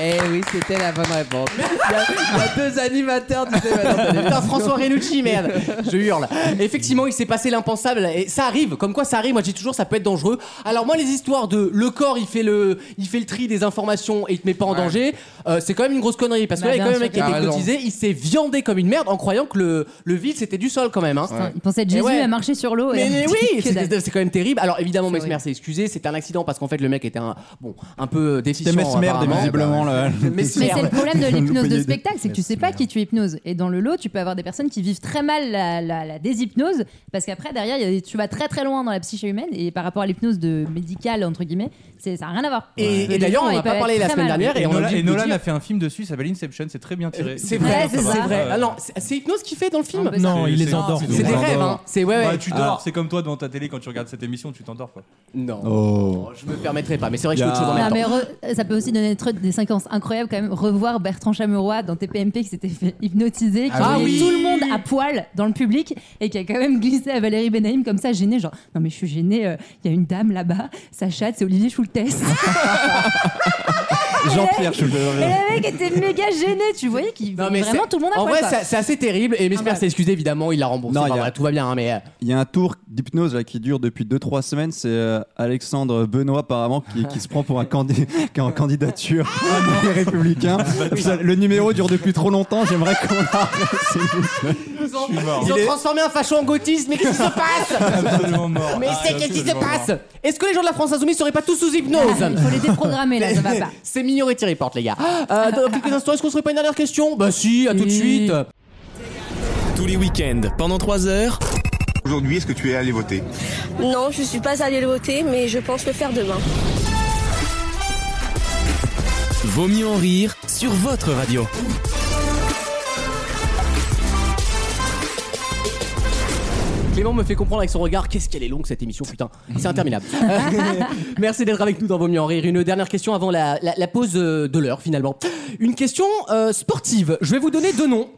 Speaker 8: Eh oui, c'était la bonne réponse. Il y a, il y a deux animateurs du débat.
Speaker 2: Putain, François Renucci, merde. Je hurle. Effectivement, il s'est passé l'impensable et ça arrive. Comme quoi, ça arrive. Moi, je dis toujours, ça peut être dangereux. Alors moi, les histoires de le corps, il fait le, il fait le tri des informations et il te met pas en danger. euh, c'est quand même une grosse connerie parce que là,
Speaker 5: Bah,
Speaker 2: il y a quand
Speaker 5: bien
Speaker 2: même un mec
Speaker 5: sûr
Speaker 2: qui a
Speaker 5: que
Speaker 2: été
Speaker 5: t'as raison.
Speaker 2: hypnotisé. Il s'est viandé comme une merde en croyant que le, le vide c'était du sol quand même. hein.
Speaker 5: Ah. Il pensait que Jésus
Speaker 2: Et ouais.
Speaker 5: a marché sur l'eau. et-
Speaker 2: Mais, mais oui,
Speaker 5: Que dalle.
Speaker 2: c'est c'est quand même terrible. Alors évidemment, Mesmer s'est excusé, c'était un accident parce qu'en fait le mec était un bon, un peu déficient.
Speaker 4: C'était Mesmer,
Speaker 2: apparemment.
Speaker 4: visiblement, là.
Speaker 2: Mesmer.
Speaker 5: Mais c'est le problème de
Speaker 2: Vous
Speaker 5: l'hypnose de
Speaker 2: payez
Speaker 5: spectacle, c'est que tu sais pas qui tu hypnoses. Et dans le lot, tu peux avoir des personnes qui vivent très mal la, la- la déshypnose, parce qu'après, derrière, il y a- tu vas très très loin dans la psyché humaine, et par rapport à l'hypnose de médicale, entre guillemets, c'est- ça n'a rien à voir.
Speaker 2: Et-
Speaker 5: Les
Speaker 2: et d'ailleurs,
Speaker 5: gens,
Speaker 2: on
Speaker 5: ils
Speaker 2: n'a pas
Speaker 5: peuvent
Speaker 2: parlé
Speaker 5: être
Speaker 2: la
Speaker 5: très
Speaker 2: semaine
Speaker 5: mal.
Speaker 2: dernière,
Speaker 9: Et,
Speaker 2: et on a
Speaker 9: Nolan,
Speaker 2: oublié
Speaker 9: et
Speaker 2: de
Speaker 9: Nolan
Speaker 2: dire-
Speaker 9: a fait un film dessus, ça s'appelle Inception, c'est très bien tiré.
Speaker 2: C'est vrai,
Speaker 9: Ouais,
Speaker 2: c'est
Speaker 9: ça va.
Speaker 2: vrai.
Speaker 9: Euh,
Speaker 2: Ah non, c'est c'est hypnose qui fait dans le film.
Speaker 9: c'est- c'est- c'est-
Speaker 2: C'est des rêves, hein. C'est ouais, ouais.
Speaker 9: Bah, tu dors, c'est comme toi devant ta télé quand tu regardes cette émission, tu t'endors quoi.
Speaker 2: Non.
Speaker 4: Oh.
Speaker 2: Je me permettrai pas, mais c'est vrai que
Speaker 9: Y
Speaker 2: je fais autre
Speaker 9: a-
Speaker 2: chose en
Speaker 5: Non,
Speaker 2: même
Speaker 5: mais
Speaker 2: temps.
Speaker 5: re- ça peut aussi donner des, trucs- des séquences incroyables quand même. Revoir Bertrand Chameroy dans TPMP qui s'était fait hypnotiser, qui
Speaker 2: Ah
Speaker 5: voyait
Speaker 2: oui.
Speaker 5: tout le monde à poil dans le public et qui a quand même glissé à Valérie Benahim comme ça, gênée, genre non mais je suis gênée, euh, il y a une dame là-bas, sa chatte, c'est Olivier Schultes.
Speaker 4: Jean-Pierre, je
Speaker 5: Et le mec était méga gêné, tu voyais qu'il
Speaker 2: Non,
Speaker 5: voyait
Speaker 2: mais
Speaker 5: vraiment
Speaker 2: c'est-
Speaker 5: tout le monde à
Speaker 2: En vrai,
Speaker 5: poil. quoi.
Speaker 2: c'est c'est assez terrible. Et Mesmer s'est excusé, évidemment, il l'a remboursé.
Speaker 4: Non,
Speaker 2: Enfin,
Speaker 4: y a-
Speaker 2: voilà, tout va bien, hein, mais.
Speaker 4: Il y a un tour d'hypnose là qui dure depuis 2-3 semaines. C'est euh, Alexandre Benoît apparemment qui, qui se prend pour un candi- qui est en candidature
Speaker 2: Ah
Speaker 4: des Républicains.
Speaker 2: bah
Speaker 4: Ça, le numéro dure depuis trop longtemps. J'aimerais qu'on l'arrête. s'il vous plaît.
Speaker 2: Ils ont,
Speaker 4: mort.
Speaker 2: ils ont
Speaker 4: Il est-
Speaker 2: transformé un facho en gautisme, mais qu'est-ce qui se passe
Speaker 9: Absolument mort. Ah,
Speaker 2: Mais c'est
Speaker 4: Ah,
Speaker 2: qu'est-ce qui se
Speaker 9: Absolument
Speaker 2: passe
Speaker 9: mort.
Speaker 2: Est-ce que les gens de la France Insoumise seraient pas tous sous hypnose
Speaker 5: Ah, il faut les déprogrammer là, ça va pas.
Speaker 2: C'est Minority Report, les gars. Euh, dans quelques instants, est-ce qu'on serait pas une dernière question Bah si, à tout de suite.
Speaker 1: Tous les week-ends, pendant 3 heures.
Speaker 10: Aujourd'hui, est-ce que tu es allé voter
Speaker 14: Non, je suis pas allée le voter, mais je pense le faire demain.
Speaker 1: Vaut mieux en rire sur votre radio.
Speaker 2: Clément me fait comprendre avec son regard qu'est-ce qu'elle est longue cette émission, putain. C'est interminable. Euh, Merci d'être avec nous dans Vaut mieux en rire. Une dernière question avant la, la- la pause euh, de l'heure, finalement. Une question euh, sportive. Je vais vous donner deux noms.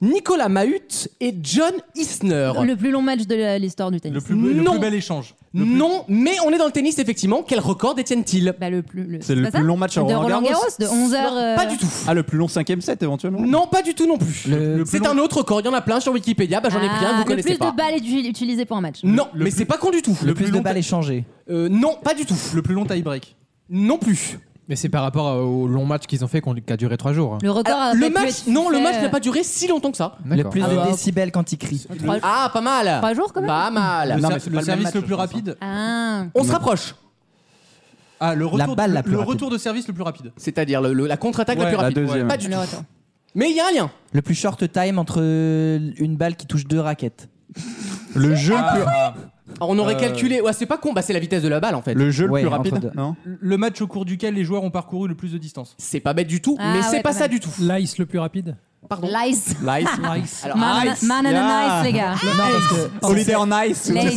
Speaker 2: Nicolas Mahut et John Isner.
Speaker 5: Le plus long match de la- l'histoire du tennis.
Speaker 2: Le plus be- le Non. plus bel
Speaker 9: échange.
Speaker 2: Non, mais on est dans le tennis, effectivement. Quel record détiennent-ils
Speaker 5: Bah, le plus,
Speaker 4: C'est le
Speaker 5: pas ça
Speaker 4: plus long match à
Speaker 5: De
Speaker 4: Roland Garros.
Speaker 5: Roland-Garros, de 11 heures,
Speaker 2: Non, Pas
Speaker 5: euh,
Speaker 2: du tout.
Speaker 4: Ah, le plus long cinquième set éventuellement.
Speaker 2: Non, pas du tout non plus. C'est un autre record. Il y en a plein sur Wikipédia. Bah, j'en ai pris un,
Speaker 5: Ah,
Speaker 2: vous
Speaker 5: le
Speaker 2: connaissez
Speaker 5: plus
Speaker 2: pas.
Speaker 5: de balles est utilisées pour un match.
Speaker 2: Non, mais c'est pas con du tout.
Speaker 7: Le plus de balles échangées.
Speaker 2: Euh, non, pas du tout.
Speaker 9: Le plus long tie-break.
Speaker 2: Non plus.
Speaker 3: Mais c'est par rapport à- au long match qu'ils ont fait qu'on- qui a duré 3 jours.
Speaker 5: Le record
Speaker 2: Alors,
Speaker 5: a
Speaker 2: le
Speaker 5: peut-être
Speaker 2: match,
Speaker 5: pu être
Speaker 2: non, le
Speaker 5: fait,
Speaker 2: match n'a
Speaker 5: euh,
Speaker 2: pas duré si longtemps que ça.
Speaker 7: Le plus
Speaker 2: Ah
Speaker 7: de
Speaker 2: bah,
Speaker 7: décibels quand il crie.
Speaker 2: Ah, pas mal.
Speaker 5: Trois jours quand même.
Speaker 2: Pas mal.
Speaker 9: le ser- le service le plus rapide.
Speaker 5: Ah.
Speaker 2: On se rapproche.
Speaker 9: Ah, le retour,
Speaker 2: balle
Speaker 9: le-
Speaker 2: la plus
Speaker 9: le
Speaker 2: rapide.
Speaker 9: retour de service le plus rapide.
Speaker 2: C'est-à-dire le- le- la contre-attaque la
Speaker 9: Ouais,
Speaker 2: plus
Speaker 9: la
Speaker 2: rapide.
Speaker 9: deuxième.
Speaker 2: Pas du
Speaker 5: Le
Speaker 2: tout.
Speaker 5: retour.
Speaker 2: Mais il y a un lien.
Speaker 7: Le plus short time entre une balle qui touche deux raquettes.
Speaker 4: Le jeu
Speaker 9: le plus-
Speaker 2: Alors, on aurait
Speaker 9: Euh.
Speaker 2: calculé. Ouais, c'est pas con. Bah, c'est la vitesse de la balle en fait.
Speaker 4: Le jeu le
Speaker 7: Ouais,
Speaker 4: plus
Speaker 7: entre
Speaker 4: rapide.
Speaker 7: deux.
Speaker 4: Non.
Speaker 9: Le match au cours duquel les joueurs ont parcouru le plus de distance.
Speaker 2: C'est pas bête du tout,
Speaker 5: Ah
Speaker 2: mais
Speaker 5: ouais,
Speaker 2: c'est pas
Speaker 5: pas
Speaker 2: ça
Speaker 5: mal.
Speaker 2: du tout.
Speaker 6: L'ice le plus rapide.
Speaker 2: Pardon.
Speaker 5: Lice.
Speaker 2: Lice.
Speaker 6: Lice.
Speaker 2: Alors,
Speaker 5: Man,
Speaker 2: ice.
Speaker 5: man and
Speaker 2: Yeah.
Speaker 5: an ice, les gars.
Speaker 7: Non, parce que
Speaker 4: Solidaire en ice.
Speaker 5: Les-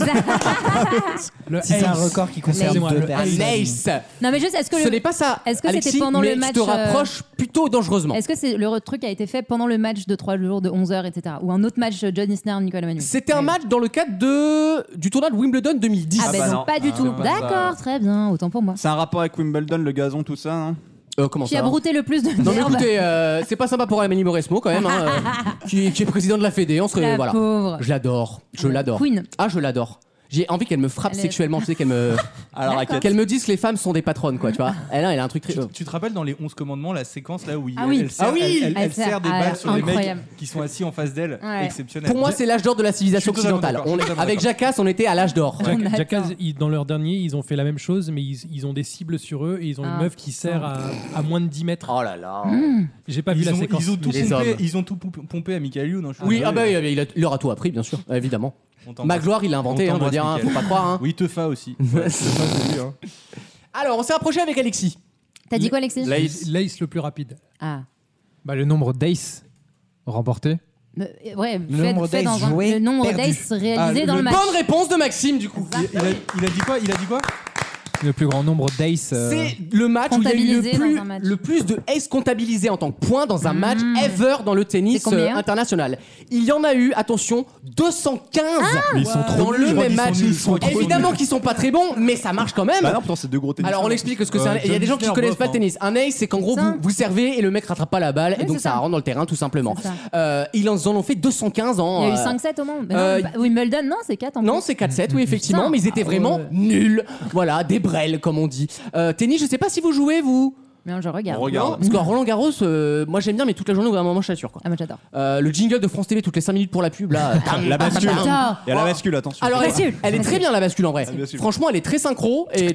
Speaker 6: Le
Speaker 7: si c'est un
Speaker 6: ace.
Speaker 7: record qui concerne
Speaker 6: Excusez-moi,
Speaker 7: deux
Speaker 6: le
Speaker 2: Un
Speaker 7: personnes.
Speaker 2: ace.
Speaker 5: Non, mais juste, est-ce que
Speaker 2: Ce
Speaker 5: le-
Speaker 2: n'est pas ça.
Speaker 5: Est-ce que c'était
Speaker 2: Alexis,
Speaker 5: pendant le
Speaker 2: mais
Speaker 5: match,
Speaker 2: Tu te
Speaker 5: euh,
Speaker 2: rapproches plutôt dangereusement.
Speaker 5: Est-ce que c'est le re- truc a été fait pendant le match de 3 jours, de 11 heures, etc. Ou un autre match euh, John Isner, Nicolas Manu
Speaker 2: C'était un match dans le cadre de du tournoi de Wimbledon 2010.
Speaker 5: Ah, ben non, pas du
Speaker 4: Ah,
Speaker 5: tout.
Speaker 4: c'est pas ça.
Speaker 5: D'accord, très bien, autant pour moi.
Speaker 4: C'est un rapport avec Wimbledon, le gazon, tout ça. hein
Speaker 2: Euh, comment
Speaker 5: Qui
Speaker 2: ça
Speaker 5: a brouté le plus de
Speaker 2: Non mais
Speaker 5: merde
Speaker 2: écoutez, euh, c'est pas sympa pour Amélie Mauresmo quand même, hein, euh, qui, qui est président de la Fédé. On serait
Speaker 5: La
Speaker 2: voilà.
Speaker 5: pauvre.
Speaker 2: Je l'adore, je l'adore.
Speaker 5: Queen.
Speaker 2: Ah je l'adore. J'ai envie qu'elle me frappe
Speaker 5: Elle est-
Speaker 2: sexuellement, tu sais qu'elle me
Speaker 4: Alors, raquette.
Speaker 2: qu'elle me dise que les femmes sont des patronnes quoi, tu vois. Elle, elle a un truc très.
Speaker 9: Tu, tu te rappelles dans les 11 commandements la séquence là où il,
Speaker 5: Ah oui.
Speaker 9: elle, sert,
Speaker 2: Ah oui.
Speaker 9: elle- elle-
Speaker 5: Elle
Speaker 9: elle
Speaker 5: sert-
Speaker 9: sert des
Speaker 5: ah,
Speaker 9: balles sur les mecs
Speaker 5: incroyable.
Speaker 9: qui sont assis en face d'elle
Speaker 5: Ouais.
Speaker 9: Exceptionnel.
Speaker 2: Pour moi, c'est l'âge d'or de la civilisation
Speaker 9: Je suis totalement
Speaker 2: occidentale.
Speaker 9: d'accord, je suis
Speaker 2: On-
Speaker 9: totalement
Speaker 2: avec Jackass, on était à l'âge d'or.
Speaker 5: On
Speaker 6: Jack,
Speaker 5: attend.
Speaker 6: Jackass, ils- dans leur dernier, ils ont fait la même chose, mais ils, ils ont des cibles sur eux et ils ont
Speaker 5: Ah,
Speaker 6: une meuf qui sert à, à moins de 10 mètres.
Speaker 2: Oh là là.
Speaker 6: J'ai pas vu
Speaker 9: ils
Speaker 6: la
Speaker 9: ont,
Speaker 6: séquence.
Speaker 9: ils ont tout
Speaker 2: Les
Speaker 9: pompé,
Speaker 2: hommes.
Speaker 9: ils ont tout pomp- pompé à Michael Youn. hein, je suis
Speaker 2: Oui,
Speaker 9: désolé.
Speaker 2: ah bah il, il a- il aura tout appris bien sûr, évidemment.
Speaker 9: On t'embrasse.
Speaker 2: Ma gloire, il l'a inventé,
Speaker 9: On
Speaker 2: hein, on va dire, hein,
Speaker 9: t'embrasse,
Speaker 2: faut pas croire. hein.
Speaker 9: Oui, Teufa aussi. Ouais, Teufa, c'est lui, hein.
Speaker 2: Alors, on s'est rapproché avec Alexis.
Speaker 5: T'as dit quoi, Alexis
Speaker 6: L'ace le plus rapide.
Speaker 5: Ah.
Speaker 3: Bah, le nombre d'aces remportés.
Speaker 5: Euh, Ouais,
Speaker 2: Le
Speaker 5: fait,
Speaker 2: nombre
Speaker 5: fait
Speaker 2: d'aces
Speaker 5: dans un-
Speaker 2: joués,
Speaker 5: le nombre
Speaker 2: perdu.
Speaker 5: d'aces réalisés
Speaker 2: Ah,
Speaker 5: dans le
Speaker 2: le
Speaker 5: match.
Speaker 2: Bonne réponse de Maxime, du coup.
Speaker 9: Il, a, il a dit quoi Il a dit quoi
Speaker 3: Le plus grand nombre d'ace. euh,
Speaker 2: C'est le match où il y a eu le
Speaker 5: Comptabilisé dans
Speaker 2: plus,
Speaker 5: un match. Mmh.
Speaker 2: le plus de aces comptabilisés en tant que points dans un match ever dans le tennis
Speaker 5: C'est combien
Speaker 2: euh, international. Il y en a eu, attention, 215
Speaker 5: Ah
Speaker 2: dans le même match. Évidemment qu'ils sont pas très bons, mais ça marche quand même.
Speaker 4: Bah non, pourtant, c'est deux gros tennis.
Speaker 2: Alors on explique ce que c'est.
Speaker 4: Euh,
Speaker 2: un- Il y a des gens qui ne
Speaker 4: John
Speaker 2: connaissent
Speaker 4: Isner,
Speaker 2: pas le
Speaker 4: bof,
Speaker 2: tennis. Un ace, c'est qu'en gros, vous, vous servez et le mec rattrape pas la balle, et donc ça, rentre dans le terrain tout simplement. Euh, ils en ont fait 215 en.
Speaker 5: Il y a eu
Speaker 2: euh,
Speaker 5: 5-7 au moins. Bah non,
Speaker 2: euh,
Speaker 5: bah, Wimbledon, non, c'est 4 en
Speaker 2: non,
Speaker 5: plus.
Speaker 2: c'est 4-7, oui, effectivement,
Speaker 5: Putain.
Speaker 2: mais ils étaient
Speaker 5: Ah,
Speaker 2: vraiment
Speaker 5: ouais.
Speaker 2: nuls. Voilà, des brels, comme on dit. Euh, tennis, je sais pas si vous jouez, vous
Speaker 5: Mais non, je regarde.
Speaker 2: Non, parce que Roland Garros, euh, moi j'aime bien, mais toute la journée, au bout d'un moment, je t'assure. Quoi.
Speaker 5: Ah, moi j'adore.
Speaker 2: Euh, le jingle de France TV toutes les 5 minutes pour la pub, là. tam,
Speaker 4: La
Speaker 2: tam,
Speaker 4: bascule.
Speaker 2: tam, tam.
Speaker 4: Il y a la bascule, attention.
Speaker 2: Ah, Alors, elle,
Speaker 4: Bascule.
Speaker 2: elle est très
Speaker 4: Bascule.
Speaker 2: bien la bascule en vrai.
Speaker 4: Ah, bien sûr.
Speaker 2: Franchement, elle est très synchro. Et...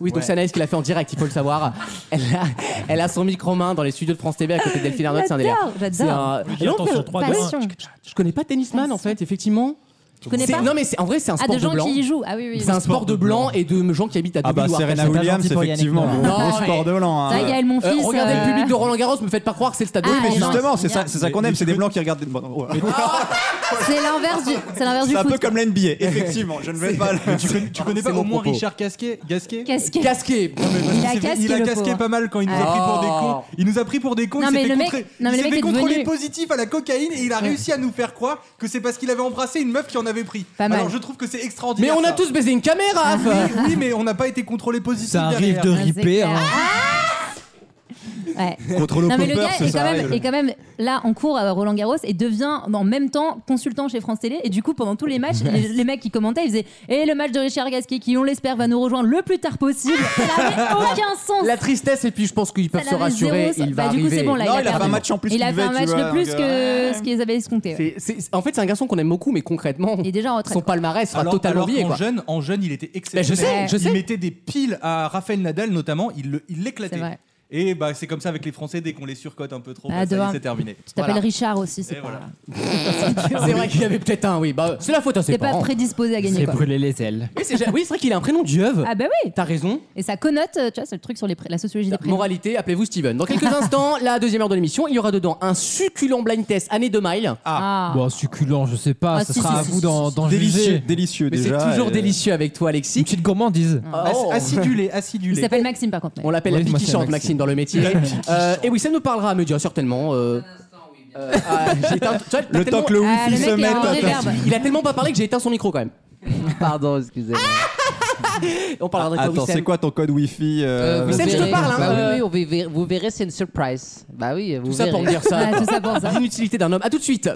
Speaker 2: Oui, donc
Speaker 4: Ouais.
Speaker 2: c'est Anaïs qui l'a fait en direct, il faut le savoir. Elle a, elle a son micro main dans les studios de France TV à côté de Delphine Arnaud, c'est un délire.
Speaker 5: J'adore, j'adore.
Speaker 2: C'est un-
Speaker 5: Oui,
Speaker 2: Et non,
Speaker 5: attention,
Speaker 2: mais-
Speaker 5: trois, deux, Passion. un.
Speaker 2: Je connais pas Tennisman en fait, effectivement.
Speaker 5: Tu connais
Speaker 2: C'est-
Speaker 5: pas
Speaker 2: Non, mais c'est- en vrai, c'est un
Speaker 5: Ah,
Speaker 2: sport
Speaker 5: de gens
Speaker 2: blanc.
Speaker 5: qui y jouent. Ah oui, oui.
Speaker 2: C'est un sport de blanc et de gens qui habitent à
Speaker 4: Ah bah,
Speaker 2: Doubilou,
Speaker 4: Serena
Speaker 2: Arcachon.
Speaker 4: Williams, C'est pas gentil effectivement, pour Yannick gros Noah. sport de blanc, hein. Ça, Yael, mon
Speaker 2: Euh,
Speaker 4: fils,
Speaker 2: regardez
Speaker 4: euh,
Speaker 2: le public de Roland Garros, me faites pas croire que c'est le stade de
Speaker 5: Ah,
Speaker 2: France.
Speaker 5: non,
Speaker 4: Justement, c'est ça, c'est ça qu'on aime, c'est des blancs qui regardent. des- bon, oh.
Speaker 5: C'est l'inverse du, c'est l'inverse du
Speaker 4: C'est un
Speaker 5: foot.
Speaker 4: peu comme l'NBA, effectivement. Je ne vais
Speaker 9: C'est-
Speaker 4: pas.
Speaker 9: Mais tu connais- tu connais pas
Speaker 4: C'est
Speaker 9: au
Speaker 4: mon
Speaker 9: moins
Speaker 4: propos.
Speaker 9: Richard Casquet Gasquet
Speaker 5: Casquet.
Speaker 2: Casquet.
Speaker 5: Il a casqué
Speaker 9: il a
Speaker 5: le
Speaker 9: casqué
Speaker 5: pauvre.
Speaker 9: pas mal quand il nous a
Speaker 5: Ah.
Speaker 9: pris pour des cons. Il nous a pris pour des cons.
Speaker 5: Non,
Speaker 9: il
Speaker 5: mais
Speaker 9: s'est
Speaker 5: le
Speaker 9: fait,
Speaker 5: mec-
Speaker 9: contrer-
Speaker 5: non, mais
Speaker 9: il
Speaker 5: le
Speaker 9: s'est
Speaker 5: mec
Speaker 9: fait
Speaker 5: est
Speaker 9: contrôler
Speaker 5: devenu-
Speaker 9: positif à la cocaïne et il a réussi à nous faire croire que c'est parce qu'il avait embrassé une meuf qui en avait pris.
Speaker 2: Pas mal.
Speaker 9: Alors je trouve que c'est
Speaker 2: Mais
Speaker 9: extraordinaire.
Speaker 2: on a
Speaker 9: ça.
Speaker 2: tous baisé une
Speaker 5: Ah,
Speaker 2: caméra.
Speaker 9: Oui, oui, mais on n'a pas été contrôlé positif.
Speaker 3: Ça arrive de
Speaker 9: derrière.
Speaker 3: ripper. hein.
Speaker 2: Ah
Speaker 5: Ouais.
Speaker 3: Contre le
Speaker 5: non, mais le
Speaker 3: popper,
Speaker 5: gars
Speaker 3: ça,
Speaker 5: est
Speaker 3: ça
Speaker 5: quand, même,
Speaker 3: arrive.
Speaker 5: est quand même là en cours à Roland Garros et devient en même temps consultant chez France Télé. Et du coup, pendant tous les matchs, les, les mecs qui commentaient, ils faisaient Et le match de Richard Gasquet, qui on l'espère va nous rejoindre le plus tard possible. Ça n'avait aucun sens.
Speaker 2: La tristesse, et puis je pense qu'ils peuvent
Speaker 5: Ça
Speaker 2: se
Speaker 5: n'avait
Speaker 2: rassurer.
Speaker 5: zéro-
Speaker 2: Il va
Speaker 5: Bah, du coup,
Speaker 2: arriver. Ah.
Speaker 5: c'est bon, là, il a, perdu. Il a fait un match de plus que ce qu'ils avaient escompté. ouais.
Speaker 2: C'est- c'est- en fait, c'est un garçon qu'on aime beaucoup, mais concrètement, son palmarès sera
Speaker 9: Alors-
Speaker 2: totalement
Speaker 9: alors
Speaker 2: oublié.
Speaker 9: qu'en
Speaker 2: quoi.
Speaker 9: jeune, en jeune, il était
Speaker 2: Mais je sais,
Speaker 9: exceptionnel.
Speaker 2: je sais.
Speaker 9: Il mettait des piles à Raphaël Nadal notamment. Il le- il l'éclatait.
Speaker 5: C'est vrai.
Speaker 9: Et bah c'est comme ça avec les Français dès qu'on les surcote un peu trop,
Speaker 5: Ah,
Speaker 9: bah, ça y est,
Speaker 5: dehors.
Speaker 9: c'est terminé.
Speaker 5: Tu t'appelles Richard aussi, c'est
Speaker 9: Et
Speaker 5: pas,
Speaker 9: voilà.
Speaker 2: c'est vrai qu'il y avait peut-être un, oui. Bah, c'est la faute à ses
Speaker 5: t'es pas
Speaker 2: parents.
Speaker 5: prédisposé à gagner. Quoi.
Speaker 2: les ailes. Oui, c'est oui, c'est vrai qu'il a un prénom dieuve.
Speaker 5: Ah bah oui.
Speaker 2: T'as raison.
Speaker 5: Et ça connote, euh, tu vois, c'est le truc sur les pré- la sociologie des prénoms.
Speaker 2: Moralité, appelez-vous Steven. Dans quelques instants, la deuxième heure de l'émission, il y aura dedans un succulent blind test année de mile.
Speaker 5: Ah.
Speaker 3: Bon, succulent, je sais pas,
Speaker 2: Ah,
Speaker 3: ça
Speaker 2: si,
Speaker 3: sera
Speaker 2: si,
Speaker 3: à
Speaker 2: si,
Speaker 3: vous
Speaker 2: si,
Speaker 3: d'en
Speaker 2: si.
Speaker 3: d'en
Speaker 4: Délicieux,
Speaker 3: juger.
Speaker 4: délicieux
Speaker 2: Mais
Speaker 4: déjà. euh,
Speaker 2: c'est toujours
Speaker 4: et-
Speaker 2: délicieux avec toi, Alexis. Une petite gourmandise.
Speaker 9: As- Acidulé, acidulé.
Speaker 5: Il s'appelle Maxime par contre. mais-
Speaker 2: On l'appelle
Speaker 3: Oui,
Speaker 2: la pique
Speaker 3: moi,
Speaker 2: qui
Speaker 3: c'est
Speaker 2: chante,
Speaker 3: Maxime.
Speaker 2: Maxime, dans le métier.
Speaker 3: La pique
Speaker 2: Euh, et oui, ça nous parlera à Média, certainement. euh, euh, ah, j'ai éteint- tu vois, t'as
Speaker 4: Le temps que le
Speaker 2: tellement- bah,
Speaker 4: wifi Ah, le se mec, il est mette en à ta-
Speaker 5: réverb.
Speaker 2: Il a tellement pas parlé que j'ai éteint son micro quand même.
Speaker 8: Pardon, excusez-moi.
Speaker 2: On parlera de
Speaker 4: Attends,
Speaker 2: Wissem.
Speaker 4: c'est quoi ton code Wi-Fi euh,
Speaker 8: vous
Speaker 2: Wissem, je te
Speaker 8: verrez-
Speaker 2: parle, hein,
Speaker 8: bah
Speaker 2: euh,
Speaker 8: oui, oui, on verra- vous verrez, c'est une surprise. Bah oui, vous
Speaker 2: Tout ça pour
Speaker 8: verrez.
Speaker 2: me dire ça. L'inutilité d'un homme. À tout de suite.